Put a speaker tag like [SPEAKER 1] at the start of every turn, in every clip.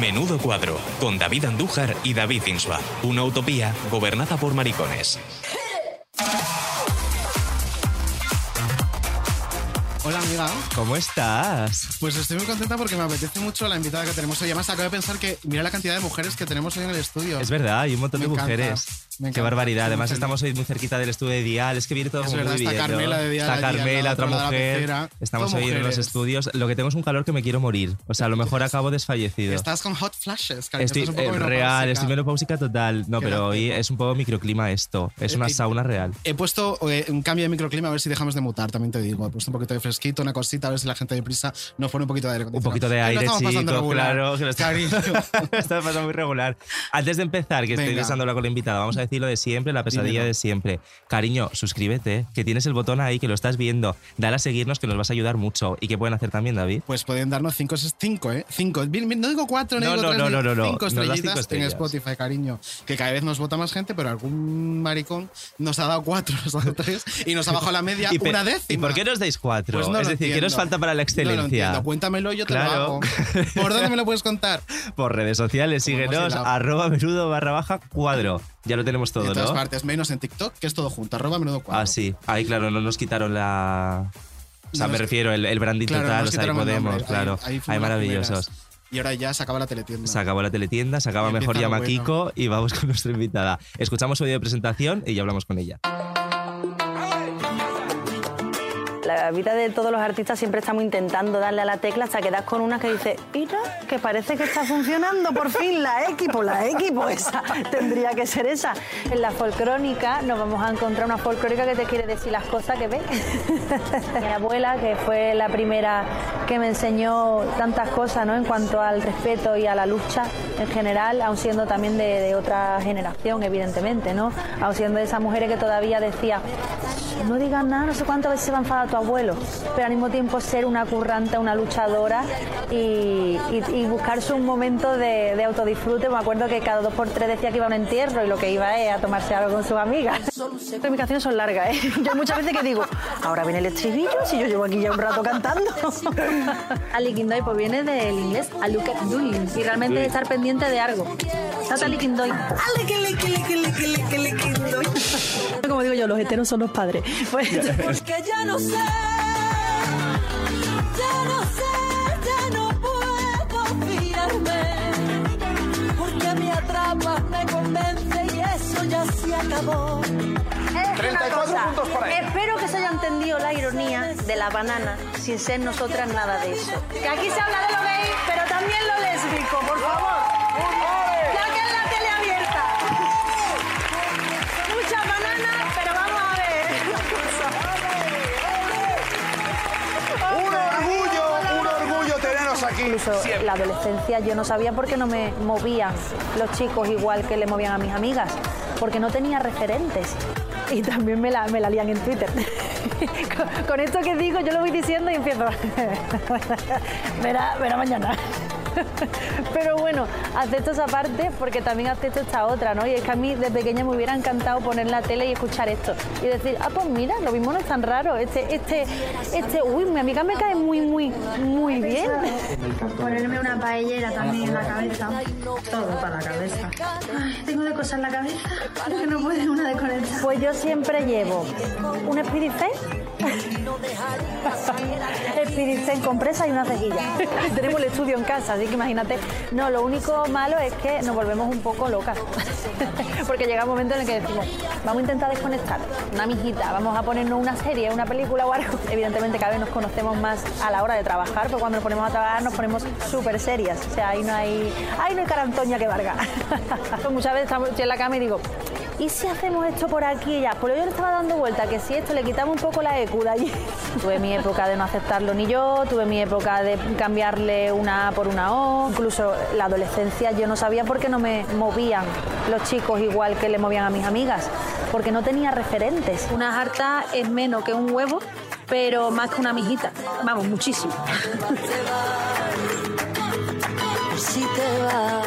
[SPEAKER 1] Menudo cuadro, con David Andújar y David Insua. Una utopía gobernada por maricones.
[SPEAKER 2] Hola amiga.
[SPEAKER 3] ¿Cómo estás?
[SPEAKER 2] Pues estoy muy contenta porque me apetece mucho la invitada que tenemos hoy. Además, acabo de pensar que mira la cantidad de mujeres que tenemos hoy en el estudio.
[SPEAKER 3] Es verdad, hay un montón
[SPEAKER 2] Me
[SPEAKER 3] de
[SPEAKER 2] encanta,
[SPEAKER 3] mujeres.
[SPEAKER 2] me
[SPEAKER 3] Qué
[SPEAKER 2] encanta,
[SPEAKER 3] barbaridad.
[SPEAKER 2] estoy muy
[SPEAKER 3] Además,
[SPEAKER 2] feliz.
[SPEAKER 3] estamos hoy muy cerquita del estudio de Dial. Es que viene todo
[SPEAKER 2] Es
[SPEAKER 3] muy
[SPEAKER 2] verdad, está
[SPEAKER 3] bien. ¿no?
[SPEAKER 2] Carmela de Dial
[SPEAKER 3] Está
[SPEAKER 2] allí al
[SPEAKER 3] Carmela,
[SPEAKER 2] lado,
[SPEAKER 3] otra
[SPEAKER 2] al lado de la
[SPEAKER 3] mujer.
[SPEAKER 2] pecera.
[SPEAKER 3] Estamos
[SPEAKER 2] Todo
[SPEAKER 3] hoy en los
[SPEAKER 2] mujeres.
[SPEAKER 3] estudios. Lo que tengo es un calor que me quiero morir. O sea, a lo mejor acabo desfallecido.
[SPEAKER 2] Estás con hot flashes, cariño.
[SPEAKER 3] Estoy
[SPEAKER 2] estás un
[SPEAKER 3] eh,
[SPEAKER 2] poco
[SPEAKER 3] real,
[SPEAKER 2] menopáusica.
[SPEAKER 3] estoy menopáusica total. No,
[SPEAKER 2] Qué
[SPEAKER 3] pero hoy
[SPEAKER 2] lástima.
[SPEAKER 3] es un poco microclima esto. Es
[SPEAKER 2] Eh,
[SPEAKER 3] una
[SPEAKER 2] eh,
[SPEAKER 3] sauna real.
[SPEAKER 2] He puesto eh, un cambio de microclima a ver si dejamos de mutar, también te digo. He puesto un poquito de fresquito, una cosita, a ver si la gente de prisa nos pone un poquito de aire.
[SPEAKER 3] Un poquito de
[SPEAKER 2] acondicionado.
[SPEAKER 3] aire,
[SPEAKER 2] Ahí lo estamos pasando
[SPEAKER 3] chico,
[SPEAKER 2] regular.
[SPEAKER 3] claro. que lo está-
[SPEAKER 2] Cariño.
[SPEAKER 3] Está pasando muy regular. Antes de empezar, que estoy
[SPEAKER 2] Venga.
[SPEAKER 3] deseando hablar con la invitada, vamos a decir lo de siempre, la pesadilla
[SPEAKER 2] Dímelo.
[SPEAKER 3] de siempre. Cariño, suscríbete, que tienes el botón ahí, que lo estás viendo. Dale a seguirnos, que nos vas a ayudar mucho. ¿Y qué pueden hacer también, David?
[SPEAKER 2] Pues pueden darnos 5, 5, ¿eh? 5. No digo 4, no,
[SPEAKER 3] No,
[SPEAKER 2] digo
[SPEAKER 3] no,
[SPEAKER 2] 3,
[SPEAKER 3] no, no, no, no.
[SPEAKER 2] cinco
[SPEAKER 3] Nos das
[SPEAKER 2] estrellitas
[SPEAKER 3] cinco
[SPEAKER 2] en
[SPEAKER 3] estrellas.
[SPEAKER 2] Spotify, cariño. Que cada vez nos vota más gente, pero algún maricón nos ha dado 4, nos ha dado 3 y nos ha bajado la media
[SPEAKER 3] pe-
[SPEAKER 2] una
[SPEAKER 3] ¿Y
[SPEAKER 2] décima.
[SPEAKER 3] por qué nos dais cuatro?
[SPEAKER 2] Pues no
[SPEAKER 3] es
[SPEAKER 2] lo
[SPEAKER 3] decir, ¿qué
[SPEAKER 2] entiendo.
[SPEAKER 3] nos falta para la
[SPEAKER 2] No lo
[SPEAKER 3] excelencia?
[SPEAKER 2] entiendo. Pues Cuéntamelo, yo te
[SPEAKER 3] Claro.
[SPEAKER 2] lo hago. ¿Por dónde me lo puedes contar?
[SPEAKER 3] Por redes sociales,
[SPEAKER 2] Como hemos
[SPEAKER 3] síguenos,
[SPEAKER 2] hilado.
[SPEAKER 3] arroba menudo barra baja cuadro. Ya lo tenemos todo,
[SPEAKER 2] en todas
[SPEAKER 3] ¿no?
[SPEAKER 2] partes, menos en TikTok, que es todo junto. Arroba menudo cuadro.
[SPEAKER 3] Ah, sí. Ahí, claro, no nos quitaron la. O sea, me
[SPEAKER 2] No nos-
[SPEAKER 3] refiero, el, el branding
[SPEAKER 2] Claro,
[SPEAKER 3] total,
[SPEAKER 2] nos
[SPEAKER 3] o sea, ahí
[SPEAKER 2] quitaron el
[SPEAKER 3] podemos,
[SPEAKER 2] nombre. Ahí-
[SPEAKER 3] claro.
[SPEAKER 2] ahí
[SPEAKER 3] hay
[SPEAKER 2] fuimos las
[SPEAKER 3] maravillosos.
[SPEAKER 2] primeras. Y ahora ya se acaba la teletienda.
[SPEAKER 3] Se acabó la teletienda, se acaba
[SPEAKER 2] Y
[SPEAKER 3] mejor
[SPEAKER 2] empieza lo
[SPEAKER 3] llama
[SPEAKER 2] bueno.
[SPEAKER 3] Kiko y vamos con nuestra invitada. Escuchamos su vídeo de presentación y ya hablamos con ella.
[SPEAKER 4] La vida de todos los artistas siempre estamos intentando darle a la tecla hasta que das con una que dice, mira, que parece que está funcionando por fin la X, pues la X, pues esa tendría que ser esa. En la folcrónica nos vamos a encontrar una folcrónica que te quiere decir las cosas que ves. Mi abuela, que fue la primera que me enseñó tantas cosas, ¿no? En cuanto al respeto y a la lucha en general, aun siendo también de, de otra generación, evidentemente, ¿no? Aun siendo de esas mujeres que todavía decía, no digas nada, no sé cuántas veces se va a enfadar tu abuelo, pero al mismo tiempo ser una curranta, una luchadora y, y- y buscarse un momento de, de autodisfrute. Me acuerdo que cada dos por tres decía que iba a un entierro y lo que iba es a tomarse algo con sus amigas. Pero mis canciones son largas, ¿eh? Yo muchas veces que digo, ahora viene el estribillo, si yo llevo aquí ya un rato cantando. Ali Kindoy pues viene del inglés a look at doing y realmente estar pendiente de algo. Tata Ali Kindoy. Como digo yo, los eternos son los padres. Pues-
[SPEAKER 5] Porque ya no sé, ya no sé, ya no puedo fiarme. Porque me atrapas, me convence y eso ya se acabó.
[SPEAKER 4] Es una cosa. Espero que se haya entendido la ironía de la banana sin ser nosotras nada de eso. Que aquí se habla de lo gay, pero también lo lésbico, por favor. Ya que es la tele abierta. Muchas bananas, pero vamos a ver.
[SPEAKER 6] Un orgullo, un orgullo teneros aquí.
[SPEAKER 4] Incluso en la adolescencia yo no sabía por qué no me movían los chicos igual que le movían a mis amigas, porque no tenía referentes. Y también me la, me la lían en Twitter. con, con esto que digo, yo lo voy diciendo y empiezo. verá, verá mañana. Pero bueno, acepto esa parte porque también acepto esta otra, ¿no? Y es que a mí de pequeña me hubiera encantado poner la tele y escuchar esto. Y decir, ah, pues mira, lo mismo no es tan raro. Este, este, este, uy, mi amiga me cae muy, muy, muy bien.
[SPEAKER 7] Ponerme una paellera también en la cabeza. Todo para la cabeza. Ay, tengo de cosas en la cabeza que no puede una desconectar.
[SPEAKER 4] Pues yo siempre llevo un Spirit Spirit con presa y una cejilla. Tenemos el estudio en casa, así que imagínate. No, lo único malo es que nos volvemos un poco locas. Porque llega un momento en el que decimos, vamos a intentar desconectar, una mijita, vamos a ponernos una serie, una película o algo. Evidentemente cada vez nos conocemos más a la hora de trabajar, pero cuando nos ponemos a trabajar nos ponemos súper serias. O sea, ahí no hay, ahí no hay cara Antonia que valga. Muchas veces estamos- estoy en la cama y digo, ¿y si hacemos esto por aquí y ya? Pues yo le estaba dando vuelta que si esto le quitamos un poco la X,
[SPEAKER 8] PQ de allí.
[SPEAKER 4] Tuve mi época de no aceptarlo ni yo, tuve mi época de cambiarle una A por una O. Incluso la adolescencia yo no sabía por qué no me movían los chicos igual que le movían a mis amigas, porque no tenía referentes.
[SPEAKER 5] Una jarta es menos que un huevo, pero más que una mijita. Vamos, muchísimo.
[SPEAKER 9] Si te vas.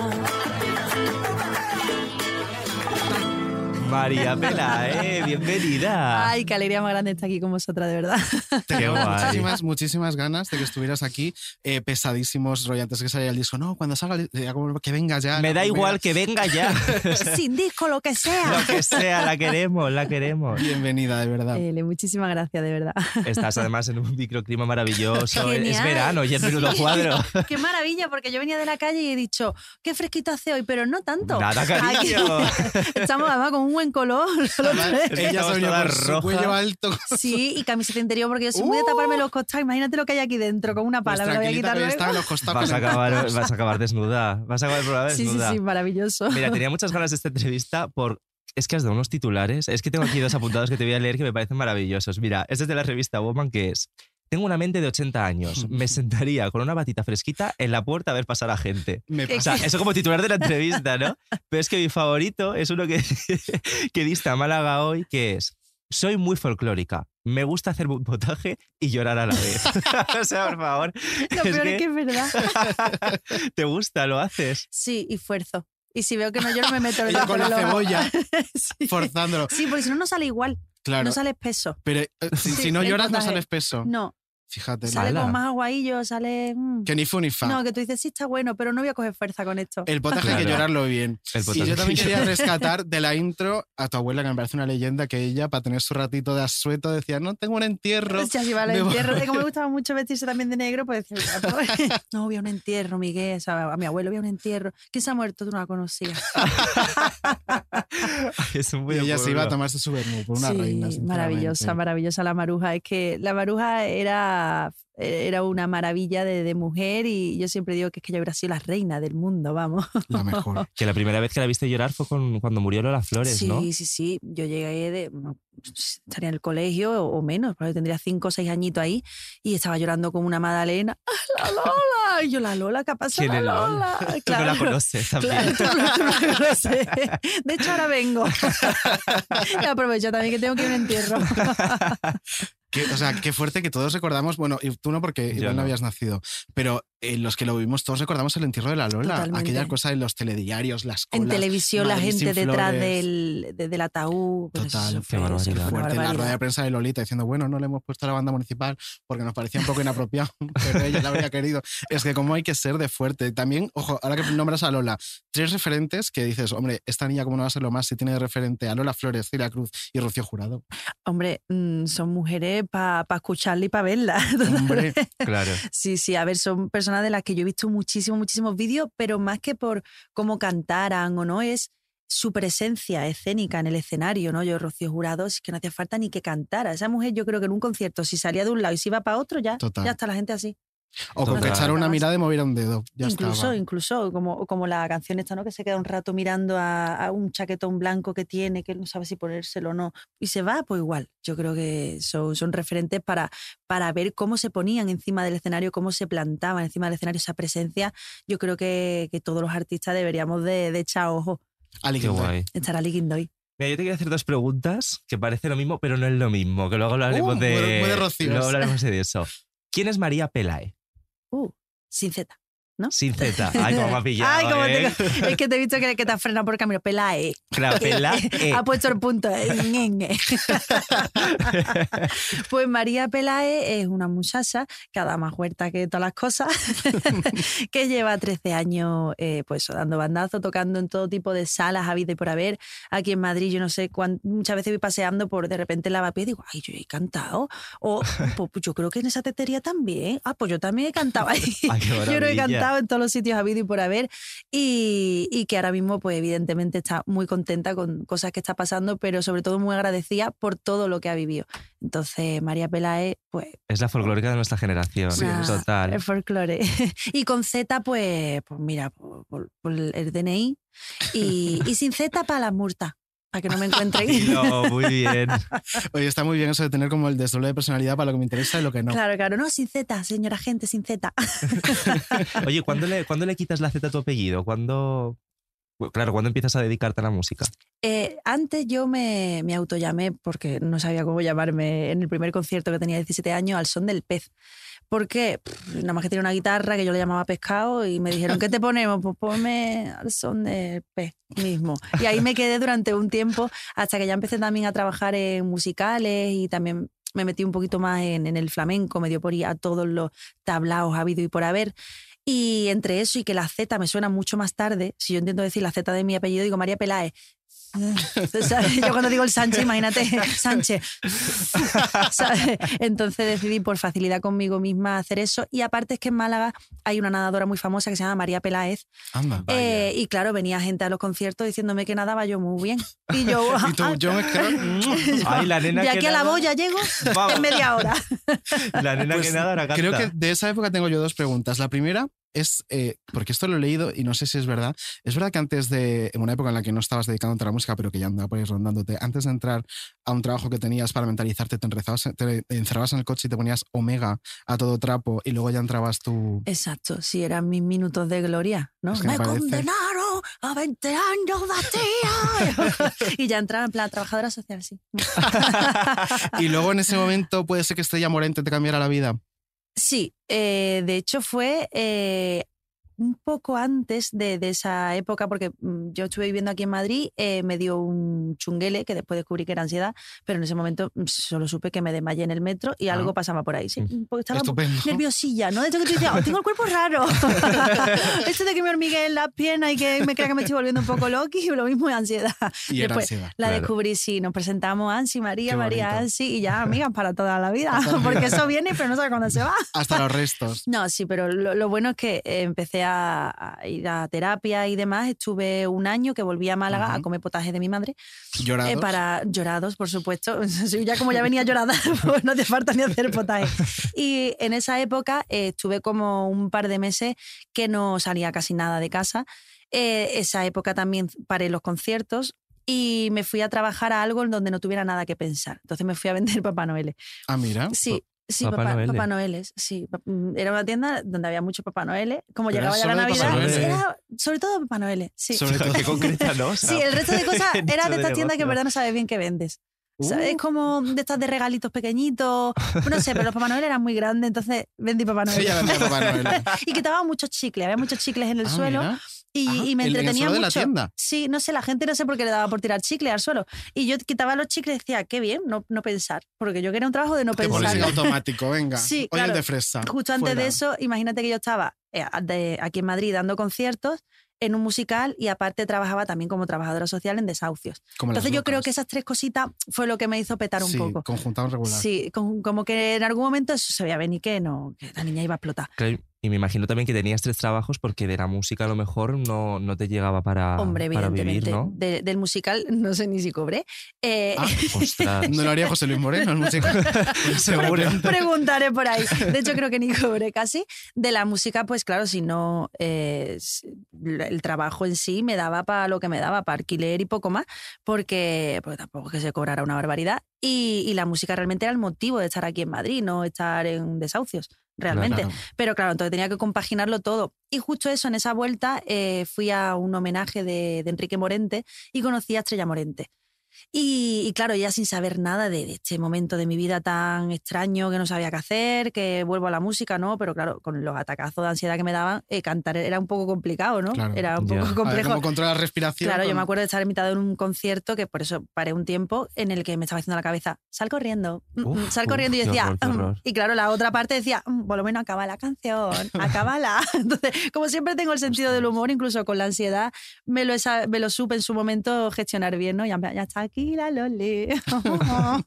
[SPEAKER 3] María Pela, eh, bienvenida.
[SPEAKER 5] Ay, qué alegría más grande estar aquí con vosotras, de verdad.
[SPEAKER 2] Tengo
[SPEAKER 3] guay.
[SPEAKER 2] muchísimas, muchísimas ganas de que estuvieras aquí, eh, pesadísimos, rollo, antes que saliera el disco. No, cuando salga, el- eh, como que venga ya.
[SPEAKER 3] Me
[SPEAKER 2] no,
[SPEAKER 3] da
[SPEAKER 2] mira.
[SPEAKER 3] igual que venga ya.
[SPEAKER 5] Sin disco, lo que sea.
[SPEAKER 3] Lo que sea, la queremos, la queremos.
[SPEAKER 2] Bienvenida, de verdad.
[SPEAKER 5] Ele, muchísimas gracias, de verdad.
[SPEAKER 3] Estás además en un microclima maravilloso.
[SPEAKER 5] Genial.
[SPEAKER 3] Es verano y es menudo cuadro.
[SPEAKER 5] Qué maravilla, porque yo venía de la calle y he dicho, qué fresquito hace hoy, pero no tanto.
[SPEAKER 3] Nada, cariño.
[SPEAKER 5] Aquí- estamos además con un buen color.
[SPEAKER 2] Además,
[SPEAKER 3] que
[SPEAKER 2] Ella se
[SPEAKER 3] estamos
[SPEAKER 2] ha venido
[SPEAKER 3] todas
[SPEAKER 2] con su
[SPEAKER 3] rojas.
[SPEAKER 2] cuello alto. pues,
[SPEAKER 5] Sí, y camiseta interior, porque yo soy muy de taparme los costados. Imagínate lo que hay aquí dentro, con una
[SPEAKER 2] ¡Uh! Pues
[SPEAKER 5] pala. Me la voy a
[SPEAKER 2] tranquilita,
[SPEAKER 5] quitar
[SPEAKER 2] que ya está
[SPEAKER 5] luego.
[SPEAKER 2] en los costados.
[SPEAKER 3] Vas a acabar, vas a acabar desnuda. Vas a acabar el programa
[SPEAKER 5] Sí, sí,
[SPEAKER 3] desnuda.
[SPEAKER 5] sí, maravilloso.
[SPEAKER 3] Mira, tenía muchas ganas de esta entrevista por... Es que has dado unos titulares. Es que tengo aquí dos apuntados que te voy a leer que me parecen maravillosos. Mira, este es de la revista Woman que es... Tengo una mente de 80 años. Me sentaría con una batita fresquita en la puerta a ver pasar a gente.
[SPEAKER 2] Me
[SPEAKER 3] O
[SPEAKER 2] pasa.
[SPEAKER 3] sea, eso como titular de la entrevista, ¿no? Pero es que mi favorito es uno que, que dista Málaga hoy, que es soy muy folclórica, me gusta hacer botaje y llorar a la vez. o sea, por favor,
[SPEAKER 5] Lo
[SPEAKER 3] es
[SPEAKER 5] peor
[SPEAKER 3] que-
[SPEAKER 5] es que es verdad.
[SPEAKER 3] te gusta, lo haces.
[SPEAKER 5] Sí, y fuerzo. Y si veo que no lloro, me meto el
[SPEAKER 2] Ella
[SPEAKER 5] dedo
[SPEAKER 2] con
[SPEAKER 5] por
[SPEAKER 2] la
[SPEAKER 5] el ojo.
[SPEAKER 2] cebolla,
[SPEAKER 5] sí.
[SPEAKER 2] forzándolo.
[SPEAKER 5] Sí, porque si no, no sale igual.
[SPEAKER 2] Claro.
[SPEAKER 5] No sale espeso.
[SPEAKER 2] Pero eh, si,
[SPEAKER 5] Sí,
[SPEAKER 2] si no
[SPEAKER 5] el
[SPEAKER 2] lloras, no
[SPEAKER 5] potaje.
[SPEAKER 2] sales peso.
[SPEAKER 5] No,
[SPEAKER 2] Fíjate.
[SPEAKER 5] sale
[SPEAKER 3] Ala.
[SPEAKER 5] como más aguadillo, sale. mm.
[SPEAKER 2] Que ni fu ni fa.
[SPEAKER 5] No, que tú dices, sí, está bueno, pero no voy a coger fuerza con esto.
[SPEAKER 2] El potaje hay
[SPEAKER 3] Claro.
[SPEAKER 2] que llorarlo bien.
[SPEAKER 3] El
[SPEAKER 2] Y yo
[SPEAKER 3] botaje.
[SPEAKER 2] también quería rescatar de la intro a tu abuela, que me parece una leyenda, que ella, para tener su ratito de asueto, decía, no, tengo un entierro.
[SPEAKER 5] Ya, si va al
[SPEAKER 2] Me voy-
[SPEAKER 5] entierro. Como me gustaba mucho vestirse también de negro, pues decía, no, voy a un entierro, Miguel. o sea, a mi abuelo voy a un entierro. ¿Quién se ha muerto? Tú no la conocías.
[SPEAKER 3] Es
[SPEAKER 2] Y
[SPEAKER 3] muy de
[SPEAKER 2] ella se iba a
[SPEAKER 3] pueblo.
[SPEAKER 2] tomarse su vermú por una
[SPEAKER 5] sí,
[SPEAKER 2] reina.
[SPEAKER 5] maravillosa,
[SPEAKER 2] sinceramente.
[SPEAKER 5] maravillosa la maruja. Es que la maruja era, eh, era una maravilla de, de mujer y yo siempre digo que es que ella hubiera sido la reina del mundo, vamos.
[SPEAKER 2] La mejor.
[SPEAKER 3] Que la primera vez que la viste llorar fue con- cuando murió Lola Flores,
[SPEAKER 5] sí,
[SPEAKER 3] ¿no?
[SPEAKER 5] sí, sí. Yo llegué de. no, Estaría en el colegio o, o menos, porque tendría cinco o seis añitos ahí y estaba llorando como una Madalena. ¡Ah, ¡La Lola! Y yo, ¿la Lola? ¿Qué ha pasado?
[SPEAKER 3] ¿Quién es
[SPEAKER 5] la
[SPEAKER 3] Lola?
[SPEAKER 5] Lola?
[SPEAKER 3] Tú no la conoces también.
[SPEAKER 5] Claro, tú no- tú no la conoces. De hecho, ahora vengo. Y aprovecho también que tengo que ir a un entierro.
[SPEAKER 2] Qué- o sea, qué fuerte que todos recordamos. Bueno, y tú no, porque
[SPEAKER 3] Yo
[SPEAKER 2] igual no,
[SPEAKER 3] no.
[SPEAKER 2] habías nacido. Pero eh, los que lo vivimos, todos recordamos el entierro de la Lola.
[SPEAKER 5] Totalmente.
[SPEAKER 2] Aquella cosa de los telediarios, las colas.
[SPEAKER 5] En televisión, la
[SPEAKER 2] Madrid sin
[SPEAKER 5] gente detrás
[SPEAKER 2] flores.
[SPEAKER 5] del, de- del ataúd. Bueno, eso
[SPEAKER 2] Total,
[SPEAKER 5] fue-
[SPEAKER 2] qué
[SPEAKER 5] eso
[SPEAKER 3] barbaridad.
[SPEAKER 5] fue una
[SPEAKER 3] Qué
[SPEAKER 2] Fuerte la rueda
[SPEAKER 5] barbaridad.
[SPEAKER 2] de prensa de Lolita diciendo, bueno, no le hemos puesto a la banda municipal porque nos parecía un poco inapropiado, pero ella la habría querido. Es que como hay que ser de fuerte. También, ojo, ahora que nombras a Lola, tres referentes que dices, hombre, esta niña cómo no va a ser lo más si tiene de referente a Lola Flores, Celia Cruz y Rocío Jurado.
[SPEAKER 5] Hombre, mm, son mujeres para escucharla y para verla.
[SPEAKER 2] Hombre,
[SPEAKER 3] Claro.
[SPEAKER 5] Sí, sí, a ver, son personas de las que yo he visto muchísimos, muchísimos vídeos, pero más que por cómo cantaran o no, es su presencia escénica en el escenario, ¿no? Yo, Rocío Jurado, es que no hacía falta ni que cantara. Esa mujer, yo creo que en un concierto, si salía de un lado y se iba para otro, ya,
[SPEAKER 2] Total.
[SPEAKER 5] ya está la gente así.
[SPEAKER 2] o con
[SPEAKER 3] Total.
[SPEAKER 2] que echara una mirada y moviera un dedo. Ya
[SPEAKER 5] incluso,
[SPEAKER 2] estaba.
[SPEAKER 5] incluso, como, como la canción esta, ¿no? Que se queda un rato mirando a, a un chaquetón blanco que tiene, que no sabe si ponérselo o no, y se va, pues igual. Yo creo que son, son referentes para, para ver cómo se ponían encima del escenario, cómo se plantaban encima del escenario esa presencia. Yo creo que, que todos los artistas deberíamos de, de echar ojo,
[SPEAKER 2] Ali
[SPEAKER 3] Qué
[SPEAKER 2] Quintana.
[SPEAKER 3] guay.
[SPEAKER 5] estar Ali Guindoy.
[SPEAKER 3] Mira, yo te quería hacer dos preguntas que parece lo mismo, pero no es lo mismo, que luego hablaremos
[SPEAKER 2] Uh,
[SPEAKER 3] de...
[SPEAKER 2] muy de- muy de Rocíos.
[SPEAKER 3] luego hablaremos de eso. ¿Quién es María Pelae?
[SPEAKER 5] Uh, sin Z.
[SPEAKER 3] Sin Z. Ay, cómo me ha pillado,
[SPEAKER 5] Ay, cómo
[SPEAKER 3] ¿eh?
[SPEAKER 5] te- es que te he visto que, que te has frenado por el camino. Pelae.
[SPEAKER 3] La Pelae.
[SPEAKER 5] Ha puesto el punto. Ñeñe. pues María Pelae es una muchacha que da más huerta que todas las cosas, que lleva 13 años eh, pues dando bandazo, tocando en todo tipo de salas, habido y por haber. Aquí en Madrid, yo no sé, cuán- muchas veces voy paseando por de repente lavapiés y digo, ay, yo he cantado. O pues, yo creo que en esa tetería también. Ah, pues yo también he cantado ahí.
[SPEAKER 3] Ay, qué
[SPEAKER 5] yo no he
[SPEAKER 3] maravilla.
[SPEAKER 5] cantado en todos los sitios habido y por haber y, y que ahora mismo, pues evidentemente está muy contenta con cosas que está pasando, pero sobre todo muy agradecida por todo lo que ha vivido. Entonces, María Pelae, pues
[SPEAKER 3] Es la folclórica de nuestra generación.
[SPEAKER 5] Sí, es.
[SPEAKER 3] total.
[SPEAKER 5] el folclore. Y con Z, pues, pues mira, por, por- por el DNI. Y, y sin Z, para las multas.
[SPEAKER 4] para que no me encuentren.
[SPEAKER 3] No, muy bien.
[SPEAKER 2] Oye, está muy bien eso de tener como el desdoble de personalidad para lo que me interesa y lo que no.
[SPEAKER 4] Claro, claro, no, sin Z, señora gente, sin Z.
[SPEAKER 3] Oye, ¿cuándo le, ¿cuándo le quitas la Z a tu apellido? ¿Cuándo, claro, ¿cuándo empiezas a dedicarte a la música?
[SPEAKER 4] Eh, antes yo me, me autollamé, porque no sabía cómo llamarme en el primer concierto que tenía 17 años, al son del pez. Porque pff, nada más que tenía una guitarra que yo le llamaba pescado y me dijeron, ¿qué te ponemos? Pues ponme al son del pez mismo. Y ahí me quedé durante un tiempo hasta que ya empecé también a trabajar en musicales y también me metí un poquito más en, en el flamenco, me dio por ir a todos los tablaos habido y por haber. Y entre eso y que la Z me suena mucho más tarde, si yo intento decir la Z de mi apellido, digo María Peláez. ¿Sabes? Yo cuando digo el Sánchez, imagínate, Sánchez. ¿Sabes? Entonces decidí por facilidad conmigo misma hacer eso. Y aparte es que en Málaga hay una nadadora muy famosa que se llama María Peláez.
[SPEAKER 2] Anda.
[SPEAKER 4] Eh, y claro, venía gente a los conciertos diciéndome que nadaba yo muy bien. Y yo, "Ah,
[SPEAKER 2] Y tú, yo me quedo-
[SPEAKER 3] Ay, la nena
[SPEAKER 4] de
[SPEAKER 3] que
[SPEAKER 4] aquí a la
[SPEAKER 3] nada.
[SPEAKER 4] boya llego
[SPEAKER 3] Vamos.
[SPEAKER 4] en media hora.
[SPEAKER 3] La nena
[SPEAKER 2] Pues
[SPEAKER 3] que nada ahora
[SPEAKER 2] Creo
[SPEAKER 3] canta.
[SPEAKER 2] que de esa época tengo yo dos preguntas. La primera es, eh, porque esto lo he leído y no sé si es verdad, es verdad que antes de, en una época en la que no estabas dedicándote a la música, pero que ya andaba por ahí rondándote, antes de entrar a un trabajo que tenías para mentalizarte, te, enrezabas- te encerrabas en el coche y te ponías omega a todo trapo y luego ya entrabas tú...
[SPEAKER 4] Exacto, sí, eran mis minutos de gloria, ¿no?
[SPEAKER 2] Es que me parece-
[SPEAKER 4] condenaron a 20 años de tía. y ya entraba en plan trabajadora social, sí.
[SPEAKER 2] Y luego en ese momento puede ser que Estrella Morente te cambiara la vida.
[SPEAKER 4] Sí, eh, de hecho fue eh, un poco antes de, de esa época, porque mm, yo estuve viviendo aquí en Madrid, eh, me dio un chunguele que después descubrí que era ansiedad, pero en ese momento mm, solo supe que me desmayé en el metro y algo pasaba por ahí, sí, porque estaba un
[SPEAKER 2] Estupendo.
[SPEAKER 4] nerviosilla, Ah. Mm. ¿no? De hecho que tú dices, "Oh, tengo el cuerpo raro. Esto de que me hormigué en las piernas y que me crea que me estoy volviendo un poco loqui, lo mismo es ansiedad.
[SPEAKER 2] Y era
[SPEAKER 4] Después,
[SPEAKER 2] ansiedad.
[SPEAKER 4] La
[SPEAKER 3] Claro.
[SPEAKER 4] descubrí, sí, nos presentamos Ansi, María,
[SPEAKER 2] Qué
[SPEAKER 4] María,
[SPEAKER 2] bonito.
[SPEAKER 4] Ansi y ya amigas para toda la vida, porque eso viene pero no sabe cuándo se va.
[SPEAKER 2] Hasta los restos.
[SPEAKER 4] No, sí, pero lo, lo bueno es que eh, empecé a, a ir a terapia y demás. Estuve un año que volví a Málaga a comer potaje de mi madre.
[SPEAKER 2] Llorados.
[SPEAKER 4] Eh, para llorados, por supuesto. Sí, ya como ya venía llorada, pues no hace falta ni hacer potaje. Y en esa época eh, estuve como un par de meses que no salía casi nada de casa. Eh, esa época también paré los conciertos y me fui a trabajar a algo en donde no tuviera nada que pensar. Entonces me fui a vender Papá Noel.
[SPEAKER 2] Ah, mira.
[SPEAKER 4] Sí. Sí,
[SPEAKER 3] Papá
[SPEAKER 4] papá,
[SPEAKER 3] Noel.
[SPEAKER 4] Papá Noeles, sí. Pa- mm, Era una tienda donde había mucho Papá Noel. Como
[SPEAKER 2] Pero
[SPEAKER 4] llegaba ya la
[SPEAKER 2] era solo de
[SPEAKER 4] Navidad,
[SPEAKER 2] Papá
[SPEAKER 3] Noel.
[SPEAKER 4] era sobre todo Papá Noel, sí.
[SPEAKER 2] Sobre todo.
[SPEAKER 3] Qué concreta, ¿no? O sea,
[SPEAKER 4] Sí, el resto de cosas
[SPEAKER 3] el
[SPEAKER 4] era
[SPEAKER 3] nicho
[SPEAKER 4] de estas tiendas que
[SPEAKER 3] negocio.
[SPEAKER 4] en verdad no sabes bien qué vendes. O sea, Es
[SPEAKER 3] Uh.
[SPEAKER 4] como de estas de regalitos pequeñitos. pues No sé, pero los Papá Noel eran muy grandes, entonces vendí Papá Noel.
[SPEAKER 2] Ella vendía Papá Noel.
[SPEAKER 4] y quitaba muchos chicles, había muchos chicles en el
[SPEAKER 2] Ah,
[SPEAKER 4] suelo
[SPEAKER 2] mira.
[SPEAKER 4] y,
[SPEAKER 2] Ah,
[SPEAKER 4] y me
[SPEAKER 2] en- en el
[SPEAKER 4] entretenía
[SPEAKER 2] suelo de
[SPEAKER 4] mucho.
[SPEAKER 2] la tienda.
[SPEAKER 4] Sí, no sé, la gente no sé por qué le daba por tirar chicle al suelo. Y yo quitaba los chicles y decía, qué bien, no, no pensar. Porque yo quería un trabajo de no
[SPEAKER 2] Te pones
[SPEAKER 4] pensar.
[SPEAKER 2] en automático, venga.
[SPEAKER 4] Sí,
[SPEAKER 2] Oye,
[SPEAKER 4] claro.
[SPEAKER 2] el de fresa.
[SPEAKER 4] Justo antes
[SPEAKER 2] fuera.
[SPEAKER 4] de eso, imagínate que yo estaba eh, de- aquí en Madrid dando conciertos en un musical y aparte trabajaba también como trabajadora social en desahucios.
[SPEAKER 2] Como las
[SPEAKER 4] Entonces yo creo
[SPEAKER 2] locas.
[SPEAKER 4] que esas tres cositas fue lo que me hizo petar un
[SPEAKER 2] sí,
[SPEAKER 4] poco.
[SPEAKER 2] conjuntado regular.
[SPEAKER 4] Sí, con- como que en algún momento eso se veía venir que no, que la niña iba a explotar.
[SPEAKER 3] Claro, Y me imagino también que tenías tres trabajos porque de la música a lo mejor no, no te llegaba para,
[SPEAKER 4] Hombre,
[SPEAKER 3] Ah, para
[SPEAKER 4] evidentemente,
[SPEAKER 3] vivir, ¿no?
[SPEAKER 4] de- del musical no sé ni si cobré. Eh,
[SPEAKER 2] Ah,
[SPEAKER 3] Ostras.
[SPEAKER 2] No lo haría José Luis Moreno, el músico.
[SPEAKER 3] Seguro.
[SPEAKER 4] preguntaré por ahí. De hecho, creo que ni cobré casi. De la música, pues claro, si no, eh, s- el trabajo en sí me daba para lo que me daba, para alquiler y poco más, porque, porque tampoco es que se cobrara una barbaridad. Y, y la música realmente era el motivo de estar aquí en Madrid, no estar en desahucios, realmente.
[SPEAKER 2] Claro.
[SPEAKER 4] Pero claro, entonces tenía que compaginarlo todo. Y justo eso, en esa vuelta, eh, fui a un homenaje de, de Enrique Morente y conocí a Estrella Morente. Y, y claro, ya sin saber nada de, de este momento de mi vida tan extraño que no sabía qué hacer, que vuelvo a la música, ¿no? Pero claro, con los atacazos de ansiedad que me daban, eh, cantar era un poco complicado, ¿no?
[SPEAKER 2] Claro,
[SPEAKER 4] era un
[SPEAKER 3] ya.
[SPEAKER 4] poco
[SPEAKER 2] A ver,
[SPEAKER 4] complejo.
[SPEAKER 2] como controla la respiración.
[SPEAKER 4] Claro, yo
[SPEAKER 2] con-
[SPEAKER 4] me acuerdo de estar invitado en un concierto que por eso paré un tiempo en el que me estaba haciendo la cabeza, sal corriendo, mm, mm,
[SPEAKER 3] Uf,
[SPEAKER 4] sal
[SPEAKER 3] uf,
[SPEAKER 4] corriendo. y
[SPEAKER 3] qué
[SPEAKER 4] yo decía,
[SPEAKER 3] horror, qué
[SPEAKER 4] "Mm".
[SPEAKER 3] horror.
[SPEAKER 4] y claro, la otra parte decía, "Mm, por lo menos acaba la canción, acábala. Entonces, como siempre tengo el sentido del humor, incluso con la ansiedad, me lo, he sa- me lo supe en su momento gestionar bien, ¿no? Ya, me- ya está aquí la Loli.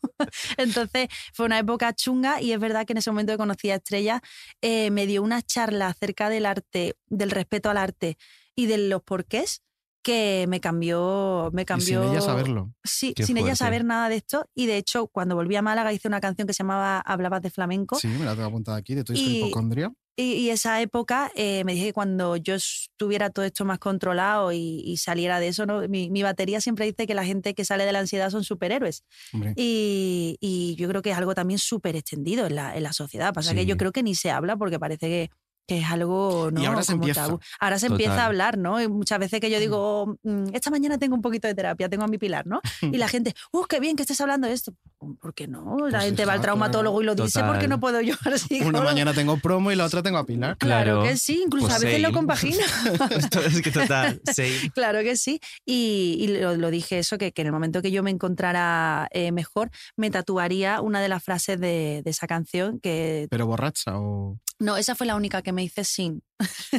[SPEAKER 4] Entonces, fue una época chunga y es verdad que en ese momento que conocí a Estrella, eh, me dio una charla acerca del arte, del respeto al arte y de los porqués que me cambió, me
[SPEAKER 2] y
[SPEAKER 4] cambió.
[SPEAKER 2] sin ella saberlo.
[SPEAKER 4] Sí,
[SPEAKER 3] Qué
[SPEAKER 4] sin ella
[SPEAKER 3] fuerte.
[SPEAKER 4] saber nada de esto. Y de hecho, cuando volví a Málaga hice una canción que se llamaba Hablabas de flamenco.
[SPEAKER 2] Sí, me la tengo apuntada aquí, de tu disco
[SPEAKER 4] Y-
[SPEAKER 2] Hipocondria.
[SPEAKER 4] Y, y esa época eh, me dije que cuando yo tuviera todo esto más controlado y, y saliera de eso, ¿no? mi, mi batería siempre dice que la gente que sale de la ansiedad son superhéroes.
[SPEAKER 2] Hombre.
[SPEAKER 4] Y, y yo creo que es algo también súper extendido en la, en la sociedad. Pasa que
[SPEAKER 3] Sí.
[SPEAKER 4] yo creo que ni se habla porque parece que, que es algo ¿no?
[SPEAKER 2] Y ahora se
[SPEAKER 4] como
[SPEAKER 2] empieza.
[SPEAKER 4] tabú. Ahora se
[SPEAKER 3] Total.
[SPEAKER 4] empieza a hablar, ¿no? Y muchas veces que yo digo, "Mm, esta mañana tengo un poquito de terapia, tengo a mi pilar, ¿no? Y la gente, ¡uh, qué bien que estés hablando de esto! ¿Por qué no? La
[SPEAKER 2] Pues
[SPEAKER 4] gente va al
[SPEAKER 2] exacto,
[SPEAKER 4] traumatólogo y lo dice,
[SPEAKER 3] Total.
[SPEAKER 4] ¿por qué no puedo yo al
[SPEAKER 2] Una
[SPEAKER 4] psicólogo?"
[SPEAKER 2] mañana tengo promo y la otra tengo a Pilar.
[SPEAKER 4] Claro,
[SPEAKER 3] Claro.
[SPEAKER 4] que sí, incluso
[SPEAKER 3] Pues
[SPEAKER 4] a veces lo
[SPEAKER 3] same.
[SPEAKER 4] compagino.
[SPEAKER 3] Esto es que total, sí.
[SPEAKER 4] Claro que sí. Y, y lo, lo dije eso, que, que en el momento que yo me encontrara eh, mejor, me tatuaría una de las frases de, de esa canción, que
[SPEAKER 2] Pero borracha o...
[SPEAKER 4] no, esa fue la única que me hice sin.